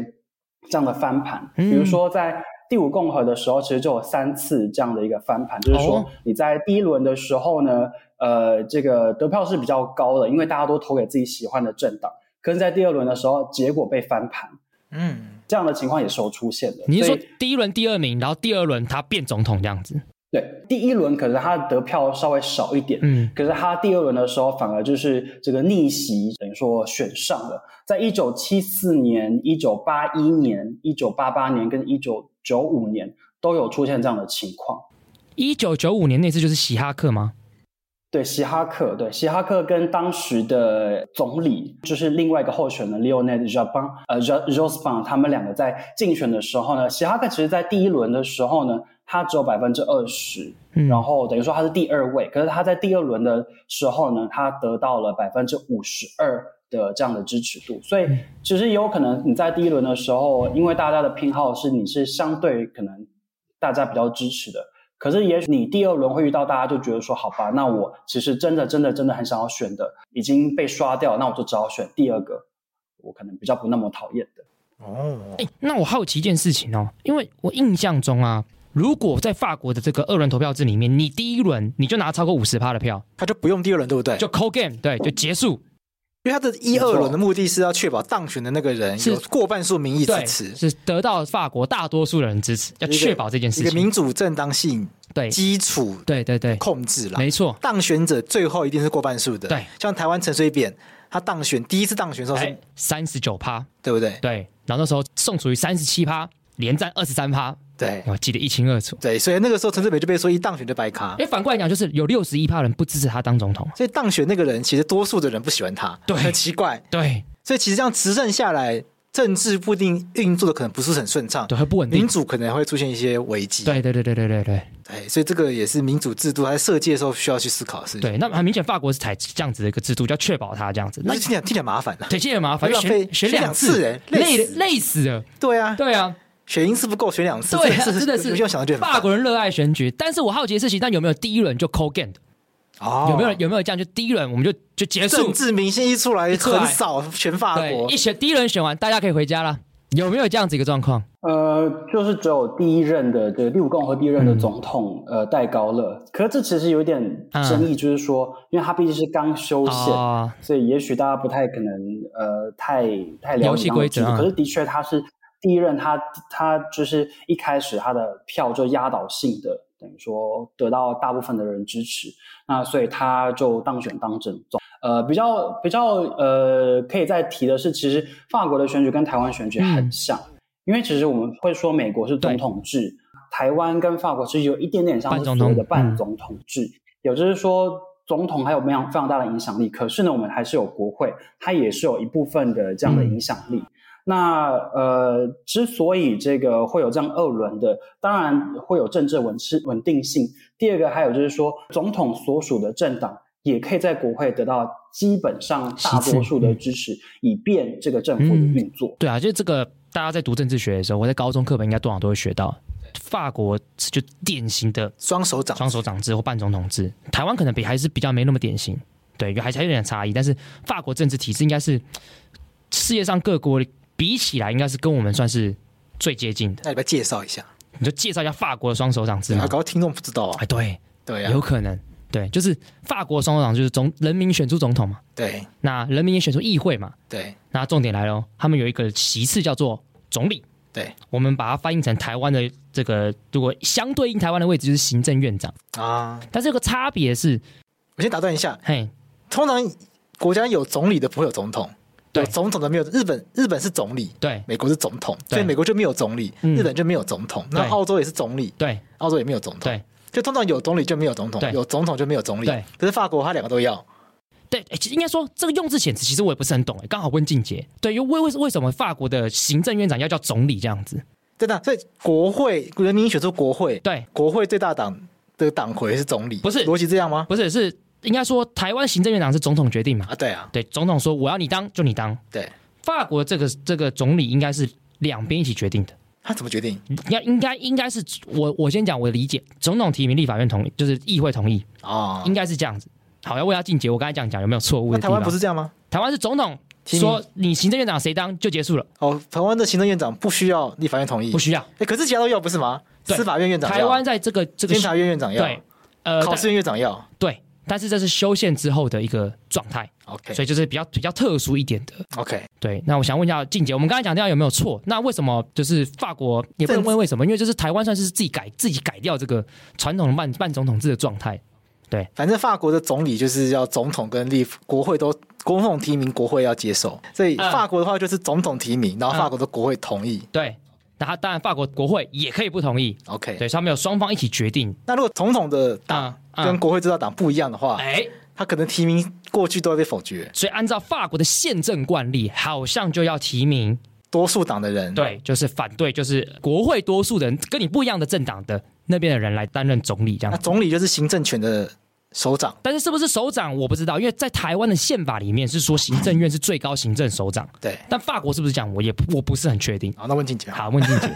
[SPEAKER 4] 这样的翻盘，比如
[SPEAKER 1] 嗯
[SPEAKER 4] 说在。第五共和的时候，其实就有三次这样的一个翻盘，就是说
[SPEAKER 1] 哦
[SPEAKER 4] 你在第一轮的时候呢，呃，这个得票是比较高的，因为大家都投给自己喜欢的政党。可是，在第二轮的时候，结果被翻盘，
[SPEAKER 3] 嗯，
[SPEAKER 4] 这样的情况也是有出现的。
[SPEAKER 1] 你是
[SPEAKER 4] 所
[SPEAKER 1] 说
[SPEAKER 4] 以
[SPEAKER 1] 第一轮第二名，然后第二轮他变总统这样子？
[SPEAKER 4] 对第一轮可能他的得票稍微少一点，
[SPEAKER 1] 嗯
[SPEAKER 4] 可是他第二轮的时候反而就是这个逆袭，等于说选上了。在一九七四年、一九八一年、一九八八年跟一九九五年都有出现这样的情况。
[SPEAKER 1] 一九九五年那次就是希哈克吗？
[SPEAKER 4] 对，希哈克，对，希哈克跟当时的总理就是另外一个候选人 Leonard Jaban，呃，Jo-，Jospin，他们两个在竞选的时候呢，希哈克其实在第一轮的时候呢，他只有百分之二十，
[SPEAKER 1] 嗯，
[SPEAKER 4] 然后等于说他是第二位，可是他在第二轮的时候呢，他得到了百分之五十二的这样的支持度，所以其实也有可能你在第一轮的时候，因为大家的偏好是你是相对可能大家比较支持的，可是也许你第二轮会遇到大家就觉得说，好吧，那我其实真的真的真的很想要选的已经被刷掉，那我就只好选第二个，我可能比较不那么讨厌的。
[SPEAKER 3] 哦，
[SPEAKER 1] 哎、那我好奇一件事情哦，因为我印象中啊，如果在法国的这个二轮投票制里面，你第一轮你就拿超过五十趴的票，
[SPEAKER 3] 他就不用第二轮，对不对？
[SPEAKER 1] 就 call game，对，就结束，
[SPEAKER 3] 因为他的一
[SPEAKER 4] 错
[SPEAKER 3] 二轮的目的是要确保当选的那个人
[SPEAKER 1] 是
[SPEAKER 3] 有过半数民意支
[SPEAKER 1] 对，
[SPEAKER 3] 持，
[SPEAKER 1] 是得到法国大多数的人支持，要
[SPEAKER 3] 一个
[SPEAKER 1] 确保这件
[SPEAKER 3] 一
[SPEAKER 1] 事
[SPEAKER 3] 个
[SPEAKER 1] 情。
[SPEAKER 3] 民主正当性
[SPEAKER 1] 对，
[SPEAKER 3] 基础
[SPEAKER 1] 对对对，
[SPEAKER 3] 控制啦。
[SPEAKER 1] 没错，
[SPEAKER 3] 当选者最后一定是过半数的，
[SPEAKER 1] 对
[SPEAKER 3] 像台湾陈水扁，他当选第一次当选的时候
[SPEAKER 1] 哎
[SPEAKER 3] 是，，
[SPEAKER 1] 三十九趴，
[SPEAKER 3] 对不对？
[SPEAKER 1] 对，然后那时候宋楚瑜三十七趴，连战二十三趴，
[SPEAKER 3] 对
[SPEAKER 1] 我记得一清二楚。
[SPEAKER 3] 对，所以那个时候陈水扁就被说一当选就白咖
[SPEAKER 1] 哎，，反过来讲，就是有六十一趴人不支持他当总统，
[SPEAKER 3] 所以当选那个人其实多数的人不喜欢他，
[SPEAKER 1] 对
[SPEAKER 3] 很奇怪。
[SPEAKER 1] 对，
[SPEAKER 3] 所以其实这样执政下来，政治不一定运作的可能不是很顺畅，
[SPEAKER 1] 对，会不稳定
[SPEAKER 3] 民。主可能会出现一些危机。
[SPEAKER 1] 对对对对对对对
[SPEAKER 3] 对，哎所以这个也是民主制度它在设计的时候需要去思考的事情。
[SPEAKER 1] 对，那很明显，法国是采这样子的一个制度，就要确保它这样子。那
[SPEAKER 3] 那就听起来听起来麻烦了。啊
[SPEAKER 1] 对，这也麻烦，
[SPEAKER 3] 浪费
[SPEAKER 1] 选
[SPEAKER 3] 选
[SPEAKER 1] 两
[SPEAKER 3] 两次欸
[SPEAKER 1] 累
[SPEAKER 3] 累
[SPEAKER 1] 的
[SPEAKER 3] 死
[SPEAKER 1] 累死了。
[SPEAKER 3] 对啊，
[SPEAKER 1] 对啊，
[SPEAKER 3] 选一次不够，选两次，
[SPEAKER 1] 对啊，
[SPEAKER 3] 这
[SPEAKER 1] 真的是
[SPEAKER 3] 用想的就很
[SPEAKER 1] 法
[SPEAKER 3] 烦。
[SPEAKER 1] 国人热爱选举，但是我好奇的事情，那有没有第一轮就扣 game 的？
[SPEAKER 3] 哦
[SPEAKER 1] 有没有人有没有这样就第一轮我们就就结束
[SPEAKER 3] 政？治明星一出来
[SPEAKER 1] 一出来
[SPEAKER 3] 很少选法
[SPEAKER 1] 对，
[SPEAKER 3] 国
[SPEAKER 1] 一，选第一轮选完，大家可以回家了。有没有这样子一个状况？
[SPEAKER 4] 呃，就是只有第一任的这个六共和第一任的总统、呃戴高乐，可是这其实有点争议，就是说，因为他毕竟是刚修宪，
[SPEAKER 1] 哦
[SPEAKER 4] 所以也许大家不太可能呃太太了解
[SPEAKER 1] 游戏规则
[SPEAKER 4] 当
[SPEAKER 1] 啊
[SPEAKER 4] 中的制度可是的确他是第一任他，他就是一开始他的票就压倒性的，等于说得到大部分的人支持，那所以他就当选当政总。呃，比较比较呃，可以再提的是，其实法国的选举跟台湾选举
[SPEAKER 1] 嗯
[SPEAKER 4] 很像，因为其实我们会说美国是总统制，台湾跟法国是有一点点像
[SPEAKER 1] 半
[SPEAKER 4] 是
[SPEAKER 1] 总
[SPEAKER 4] 所
[SPEAKER 1] 统嗯
[SPEAKER 4] 谓的半总统制，也就是说总统还有非常非常大的影响力，可是呢，我们还是有国会，它也是有一部分的这样
[SPEAKER 1] 嗯
[SPEAKER 4] 的影响力。那呃，之所以这个会有这样二轮的，当然会有政治稳是稳定性。第二个还有就是说，总统所属的政党也可以在国会得到基本上
[SPEAKER 1] 席
[SPEAKER 4] 大
[SPEAKER 1] 次
[SPEAKER 4] 多数的
[SPEAKER 1] 嗯
[SPEAKER 4] 支持，以便这个政府的
[SPEAKER 1] 嗯
[SPEAKER 4] 运作。
[SPEAKER 1] 对啊，就这个，大家在读政治学的时候，我在高中课本应该多少都会学到，法国是就典型的
[SPEAKER 3] 双手掌
[SPEAKER 1] 双手掌制或半总统制，台湾可能比还是比较没那么典型，对，还还有点差异。但是法国政治体制应该是世界上各国比起来，应该是跟我们算是最接近的。
[SPEAKER 3] 那你来介绍一下，
[SPEAKER 1] 你就介绍一下法国的双手掌制
[SPEAKER 3] 啊，
[SPEAKER 1] 吗？
[SPEAKER 3] 搞到听众不知道啊
[SPEAKER 1] 哎，。对，
[SPEAKER 3] 对
[SPEAKER 1] 有
[SPEAKER 3] 啊，
[SPEAKER 1] 可能，对，就是法国双手掌就是总人民选出总统嘛，
[SPEAKER 3] 对
[SPEAKER 1] 那人民也选出议会嘛，
[SPEAKER 3] 对
[SPEAKER 1] 那重点来喽，他们有一个席次叫做总理，
[SPEAKER 3] 对
[SPEAKER 1] 我们把它翻译成台湾的这个，如果相对应台湾的位置就是行政院长，
[SPEAKER 3] 啊！
[SPEAKER 1] 但这个差别是，
[SPEAKER 3] 我先打断一下，
[SPEAKER 1] 嘿，
[SPEAKER 3] 通常国家有总理的不会有总统，
[SPEAKER 1] 对
[SPEAKER 3] 有总统的没有日本，日本是总理，
[SPEAKER 1] 对
[SPEAKER 3] 美国是总统，
[SPEAKER 1] 对
[SPEAKER 3] 所以美国就没有总理，
[SPEAKER 1] 嗯
[SPEAKER 3] 日本就没有总统，那
[SPEAKER 1] 对
[SPEAKER 3] 澳洲也是总理，
[SPEAKER 1] 对
[SPEAKER 3] 澳洲也没有总统，
[SPEAKER 1] 对
[SPEAKER 3] 就通常有总理就没有总统
[SPEAKER 1] 对，
[SPEAKER 3] 有总统就没有总理
[SPEAKER 1] 对。
[SPEAKER 3] 可是法国它两个都要，
[SPEAKER 1] 对，诶其实应该说这个用字遣词，其实我也不是很懂，诶刚好问静杰，对，因为为为什么法国的行政院长要叫总理这样子？
[SPEAKER 3] 对的。所以国会人民选出国会，
[SPEAKER 1] 对，
[SPEAKER 3] 国会最大党的党魁是总理，
[SPEAKER 1] 不是
[SPEAKER 3] 逻辑这样吗？
[SPEAKER 1] 不是，是应该说台湾行政院长是总统决定嘛？
[SPEAKER 3] 啊，对啊，
[SPEAKER 1] 对，总统说我要你当就你当，
[SPEAKER 3] 对，
[SPEAKER 1] 法国这个这个总理应该是两边一起决定的，
[SPEAKER 3] 他怎么决定？
[SPEAKER 1] 应该应该应该是我我先讲我的理解，总统提名，立法院同意，就是议会同意，
[SPEAKER 3] 哦
[SPEAKER 1] 应，该是这样子。好，要问一下静姐，我刚才这样讲有没有错误的
[SPEAKER 3] 那
[SPEAKER 1] 地
[SPEAKER 3] 台
[SPEAKER 1] 方？
[SPEAKER 3] 湾不是这样吗？
[SPEAKER 1] 台湾是总统
[SPEAKER 3] 提名
[SPEAKER 1] 说你行政院长谁当就结束了，
[SPEAKER 3] 哦，台湾的行政院长不需要立法院同意
[SPEAKER 1] 不，需要。
[SPEAKER 3] 哎，可是其他都要不是吗？
[SPEAKER 1] 对
[SPEAKER 3] 司法院院长要
[SPEAKER 1] 台湾在这个这个
[SPEAKER 3] 监察院院长要，
[SPEAKER 1] 对呃
[SPEAKER 3] 考试院院长要
[SPEAKER 1] 但对，但是这是修宪之后的一个状态，
[SPEAKER 3] ，OK
[SPEAKER 1] 所以就是比较比较特殊一点的。
[SPEAKER 3] OK，
[SPEAKER 1] 对，那我想问一下静姐，我们刚才讲到有没有错？那为什么就是法国也不能问为什么，因为就是台湾算是自己改自己改掉这个传统的半半总统制的状态。
[SPEAKER 3] 反正法国的总理就是要总统跟立国会都总统提名，国会要接受，所以
[SPEAKER 1] 嗯
[SPEAKER 3] 法国的话就是总统提名，然后
[SPEAKER 1] 嗯
[SPEAKER 3] 法国的国会同意
[SPEAKER 1] 对，那他当然法国国会也可以不同意，
[SPEAKER 3] ，OK。
[SPEAKER 1] 嗯对，上面有双方一起决定。
[SPEAKER 3] 那如果总统的
[SPEAKER 1] 啊
[SPEAKER 3] 党
[SPEAKER 1] 啊
[SPEAKER 3] 跟国会制造党不一样的话，
[SPEAKER 1] 哎，
[SPEAKER 3] 他可能提名过去都会被否决，
[SPEAKER 1] 所以按照法国的宪政惯例，好像就要提名，
[SPEAKER 3] 多数党的人
[SPEAKER 1] 对，就是反对，就是国会多数人跟你不一样的政党的那边的人来担任总理这
[SPEAKER 3] 那
[SPEAKER 1] 样。
[SPEAKER 3] 总理就是行政权的首长，
[SPEAKER 1] 但是是不是首长我不知道，因为在台湾的宪法里面是说行政院是最高行政首长，
[SPEAKER 3] 对。
[SPEAKER 1] 但法国是不是这样，我也不我不是很确定。
[SPEAKER 3] 好，那问静 姐，啊
[SPEAKER 1] 好，问静姐，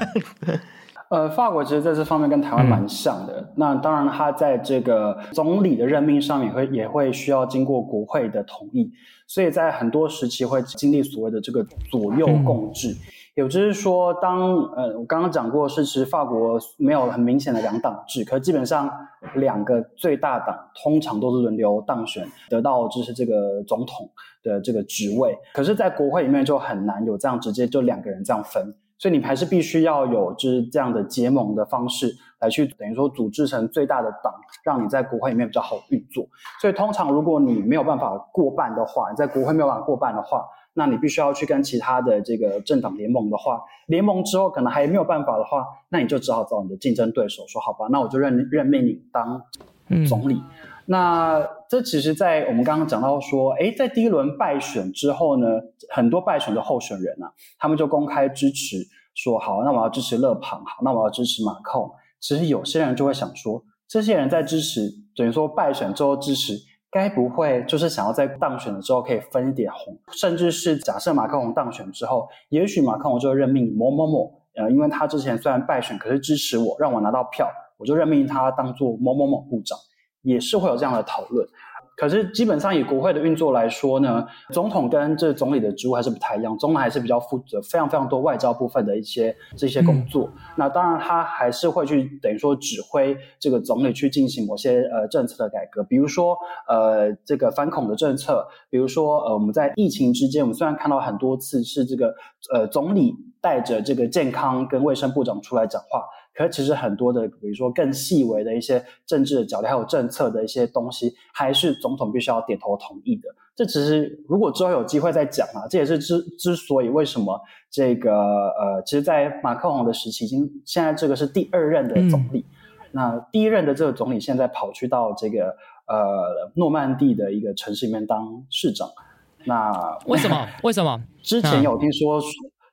[SPEAKER 4] 呃，法国其实在这方面跟台湾蛮像的。那当然，它在这个总理的任命上面也会也会需要经过国会的同意，所以在很多时期会经历所谓的这个左右共治。也就是说，当呃，我刚刚讲过是，其实法国没有很明显的两党制，可基本上两个最大党通常都是轮流当选，得到就是这个总统的这个职位。可是，在国会里面就很难有这样直接就两个人这样分，所以你还是必须要有就是这样的结盟的方式来去等于说组织成最大的党，让你在国会里面比较好运作。所以通常如果你没有办法过半的话，你在国会没有办法过半的话，那你必须要去跟其他的这个政党联盟的话，联盟之后可能还没有办法的话，那你就只好找你的竞争对手说，好吧，那我就任任命你当
[SPEAKER 1] 嗯
[SPEAKER 4] 总理。那这其实，在我们刚刚讲到说，诶，在第一轮败选之后呢，很多败选的候选人啊，他们就公开支持说，好，那我要支持勒庞，好，那我要支持马克。其实有些人就会想说，这些人在支持，等于说败选之后支持，该不会就是想要在当选了之后可以分一点红，甚至是假设马克龙当选之后，也许马克龙就任命某某某，呃，因为他之前虽然败选，可是支持我，让我拿到票，我就任命他当做某某某部长，也是会有这样的讨论。可是基本上以国会的运作来说呢，总统跟这总理的职务还是不太一样，总统还是比较负责非常非常多外交部分的一些这些工作。那当然，他还是会去等于说指挥这个总理去进行某些呃政策的改革，比如说呃这个反恐的政策，比如说呃我们在疫情之间，我们虽然看到很多次是这个呃总理带着这个健康跟卫生部长出来讲话，可是其实很多的，比如说更细微的一些政治的角力，还有政策的一些东西，还是总统必须要点头同意的。这其实如果之后有机会再讲啊，这也是之之所以为什么这个呃，其实，在马克龙的时期，已经现在这个是第二任的总理。那第一任的这个总理现在跑去到这个呃诺曼底的一个城市里面当市长。那
[SPEAKER 1] 为什么？为什 么？
[SPEAKER 4] 之
[SPEAKER 1] 嗯
[SPEAKER 4] 前有听说，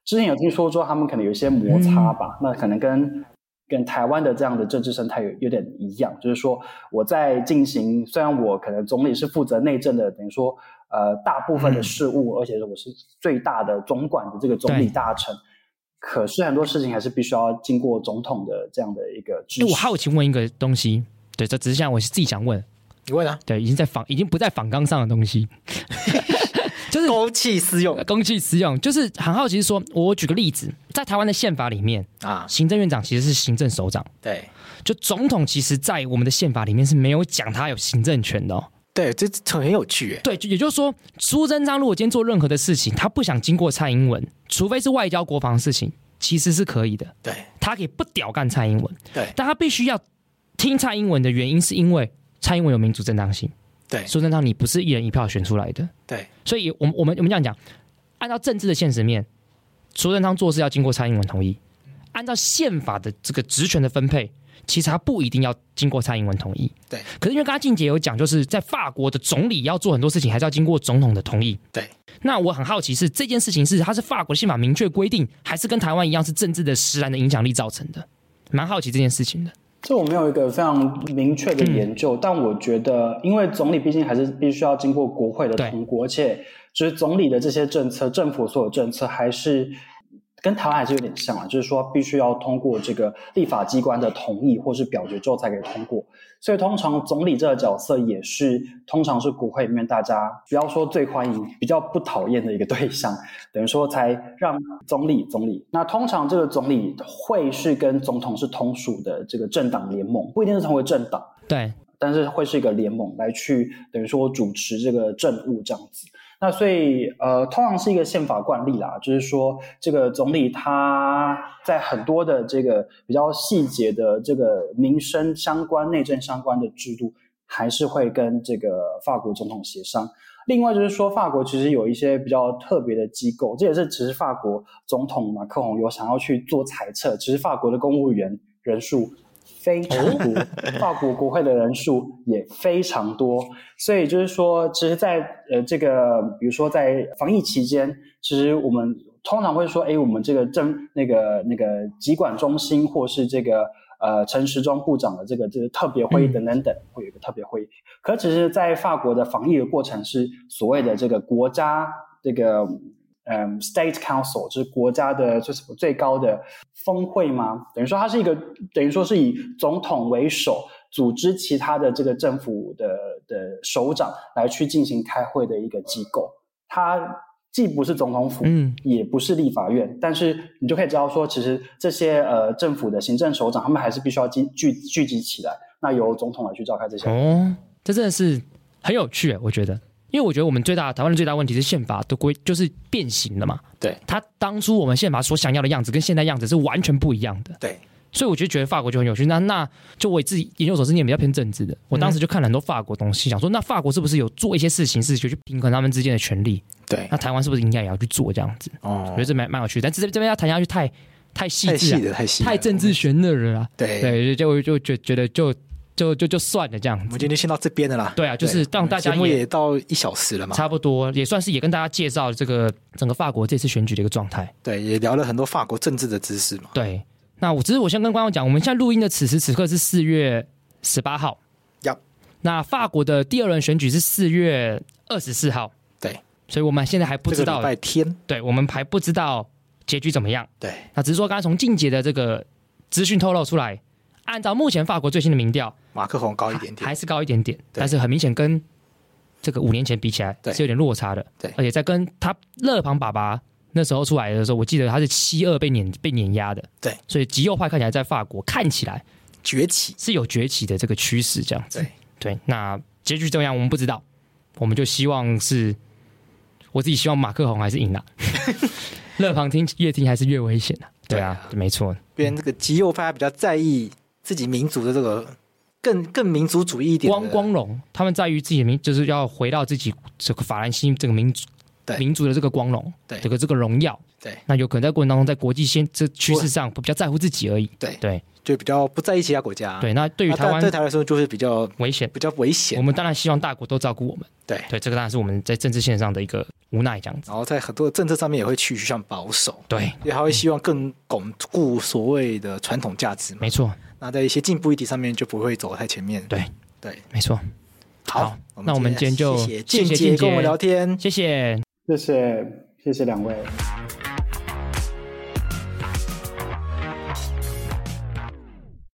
[SPEAKER 4] 之前有听说说他们可能有一些摩
[SPEAKER 1] 嗯
[SPEAKER 4] 擦吧，那可能跟跟台湾的这样的政治生态有有点一样，就是说我在进行，虽然我可能总理是负责内政的，等于说呃大部分
[SPEAKER 1] 嗯
[SPEAKER 4] 的事务，而且我是最大的总管的这个总理
[SPEAKER 1] 对
[SPEAKER 4] 大臣，可是很多事情还是必须要经过总统的这样的一个支
[SPEAKER 1] 哎我
[SPEAKER 4] 持。
[SPEAKER 1] 好奇问一个东西，对，这只是像我是自己想问，
[SPEAKER 3] 你问啊，
[SPEAKER 1] 对，已经在仿，已经不在仿纲上的东西，就是
[SPEAKER 3] 公器私用
[SPEAKER 1] 嗯呃公器私用，就是很好奇是说，我举个例子，在台湾的宪法里面，
[SPEAKER 3] 啊，
[SPEAKER 1] 行政院长其实是行政首长，
[SPEAKER 3] 对
[SPEAKER 1] 就总统其实，在我们的宪法里面是没有讲他有行政权的、哦。
[SPEAKER 3] 对，这这很有趣哎，
[SPEAKER 1] 对，就也就是说，苏贞昌如果今天做任何的事情，他不想经过蔡英文，除非是外交国防的事情，其实是可以的，
[SPEAKER 3] 对
[SPEAKER 1] 他可以不屌干蔡英文，
[SPEAKER 3] 对
[SPEAKER 1] 但他必须要听蔡英文的原因，是因为蔡英文有民主正当性。
[SPEAKER 3] 对
[SPEAKER 1] 苏贞昌你不是一人一票选出来的，
[SPEAKER 3] 对
[SPEAKER 1] 所以我们我们我们这样讲，按照政治的现实面，苏贞昌做事要经过蔡英文同意，按照宪法的这个职权的分配，其实他不一定要经过蔡英文同意。
[SPEAKER 3] 对，
[SPEAKER 1] 可是因为刚刚静姐有讲，就是在法国的总理要做很多事情，还是要经过总统的同意。
[SPEAKER 3] 对，
[SPEAKER 1] 那我很好奇是这件事情是它是法国宪法明确规定，还是跟台湾一样是政治的实然的影响力造成的？蛮好奇这件事情的。
[SPEAKER 4] 这我没有一个非常明确的研究，但我觉得，因为总理毕竟还是必须要经过国会的
[SPEAKER 1] 对
[SPEAKER 4] 通过，而且就是总理的这些政策，政府所有政策还是跟台湾还是有点像啊，就是说必须要通过这个立法机关的同意或是表决之后才可以通过。所以通常总理这个角色也是，通常是国会里面大家不要说最欢迎，比较不讨厌的一个对象，等于说才让总理总理。那通常这个总理会是跟总统是同属的这个政党联盟，不一定是同一个政党，
[SPEAKER 1] 对，
[SPEAKER 4] 但是会是一个联盟来去等于说主持这个政务这样子。那所以呃，通常是一个宪法惯例啦，就是说这个总理他在很多的这个比较细节的这个民生相关、内政相关的制度，还是会跟这个法国总统协商。另外就是说，法国其实有一些比较特别的机构，这也是其实法国总统马克宏有想要去做裁撤。其实法国的公务员人数非常多， 法国国会的人数也非常多，所以就是说，其实在，呃这个，比如说在防疫期间，其实我们通常会说，哎，我们这个政那个那个疾管中心或是这个呃陈时中部长的这个这个特别会议等等等，会有一个特别会议。可只是在法国的防疫的过程是所谓的这个国家这个嗯 State Council，就是国家的最什么最高的峰会吗？等于说它是一个等于说是以总统为首，组织其他的这个政府的的首长来去进行开会的一个机构。它既不是总统府，
[SPEAKER 1] 嗯，
[SPEAKER 4] 也不是立法院，但是你就可以知道说，其实这些呃政府的行政首长，他们还是必须要聚聚聚集起来，那由总统来去召开这些。
[SPEAKER 1] 哦，这真的是很有趣耶，欸我觉得，因为我觉得我们最大台湾的最大问题是宪法的规就是变形了嘛。
[SPEAKER 3] 对，
[SPEAKER 1] 它当初我们宪法所想要的样子跟现在样子是完全不一样的，
[SPEAKER 3] 对
[SPEAKER 1] 所以我就觉得法国就很有趣。那那就我自己研究所是念比较偏政治的，
[SPEAKER 3] 嗯
[SPEAKER 1] 我当时就看了很多法国东西，想说那法国是不是有做一些事情是去平衡他们之间的权利？
[SPEAKER 3] 对
[SPEAKER 1] 那台湾是不是应该也要去做这样子？我
[SPEAKER 3] 哦
[SPEAKER 1] 觉得，这蛮蛮有趣的，但是这这边要谈下去太太细
[SPEAKER 3] 太
[SPEAKER 1] 致啊
[SPEAKER 3] 细
[SPEAKER 1] 了，
[SPEAKER 3] 了，太细了，
[SPEAKER 1] 太政治玄了了啦。啊
[SPEAKER 3] 对
[SPEAKER 1] 对，就就就觉觉得就就就就算了这样
[SPEAKER 3] 我
[SPEAKER 1] 子
[SPEAKER 3] 们。今天先到这边的啦。
[SPEAKER 1] 对啊，就是让大家
[SPEAKER 3] 节目
[SPEAKER 1] 也
[SPEAKER 3] 也到一小时了嘛，
[SPEAKER 1] 差不多，也算是也跟大家介绍了这个整个法国这次选举的一个状态。
[SPEAKER 3] 对，也聊了很多法国政治的知识嘛。
[SPEAKER 1] 对，那我只是我先跟观众讲，我们现在录音的此时此刻是四月十八号。
[SPEAKER 3] Yup
[SPEAKER 1] 那法国的第二轮选举是四月二十四号。
[SPEAKER 3] 对，
[SPEAKER 1] 所以我们现在还不知
[SPEAKER 3] 这个
[SPEAKER 1] 道
[SPEAKER 3] 礼，拜天，
[SPEAKER 1] 对我们还不知道结局怎么样。
[SPEAKER 3] 对，
[SPEAKER 1] 那只是说，刚才从静姐的这个资讯透露出来，按照目前法国最新的民调，
[SPEAKER 3] 马克宏高一点
[SPEAKER 1] 还
[SPEAKER 3] 点，
[SPEAKER 1] 还是高一点点，但是很明显跟这个五年前比起来
[SPEAKER 3] 对
[SPEAKER 1] 是有点落差的。
[SPEAKER 3] 对
[SPEAKER 1] 而且在跟他勒庞爸爸那时候出来的时候，我记得他是七二被碾被碾压的。
[SPEAKER 3] 对，
[SPEAKER 1] 所以极右派看起来在法国看起来
[SPEAKER 3] 崛起。
[SPEAKER 1] 是有崛起的这个趋势，这样子。
[SPEAKER 3] 对
[SPEAKER 1] 对，那结局怎么样我们不知道，我们就希望是，我自己希望马克宏还是赢了、 勒庞听越听还是越危险啊。对啊，没错。
[SPEAKER 3] 别人这个极右派比较在意自己民族的这个更更民族主义一点的
[SPEAKER 1] 光光荣，他们在于自己的民，就是要回到自己这个法兰西这个民族
[SPEAKER 3] 对
[SPEAKER 1] 民族的这个光荣，
[SPEAKER 3] 对
[SPEAKER 1] 这个这个荣耀，
[SPEAKER 3] 对，
[SPEAKER 1] 那有可能在过程当中，在国际先这趋势上比较在乎自己而已，
[SPEAKER 3] 对
[SPEAKER 1] 对
[SPEAKER 3] 就比较不在意其他国家。
[SPEAKER 1] 对。那对于
[SPEAKER 3] 那
[SPEAKER 1] 台
[SPEAKER 3] 但对
[SPEAKER 1] 湾
[SPEAKER 3] 台湾来说就是比较
[SPEAKER 1] 危险，
[SPEAKER 3] 比较危
[SPEAKER 1] 我
[SPEAKER 3] 险。
[SPEAKER 1] 们当然希望大国都照顾我们，
[SPEAKER 3] 对
[SPEAKER 1] 对，这个当然是我们在政治线上的一个无奈，这样子，
[SPEAKER 3] 然后在很多政策上面也会趋向保守，
[SPEAKER 1] 对，
[SPEAKER 3] 也还会希望更巩固所谓的传统价值嘛。
[SPEAKER 1] 没错，
[SPEAKER 3] 那在一些进步议题上面就不会走太前面。
[SPEAKER 1] 对
[SPEAKER 3] 对，
[SPEAKER 1] 没错，好那我们今天就
[SPEAKER 3] 谢谢
[SPEAKER 1] 谢谢
[SPEAKER 3] 静姐
[SPEAKER 1] 静
[SPEAKER 3] 跟我
[SPEAKER 1] 姐
[SPEAKER 3] 们聊天，
[SPEAKER 1] 谢谢。
[SPEAKER 4] 谢谢，谢谢两位。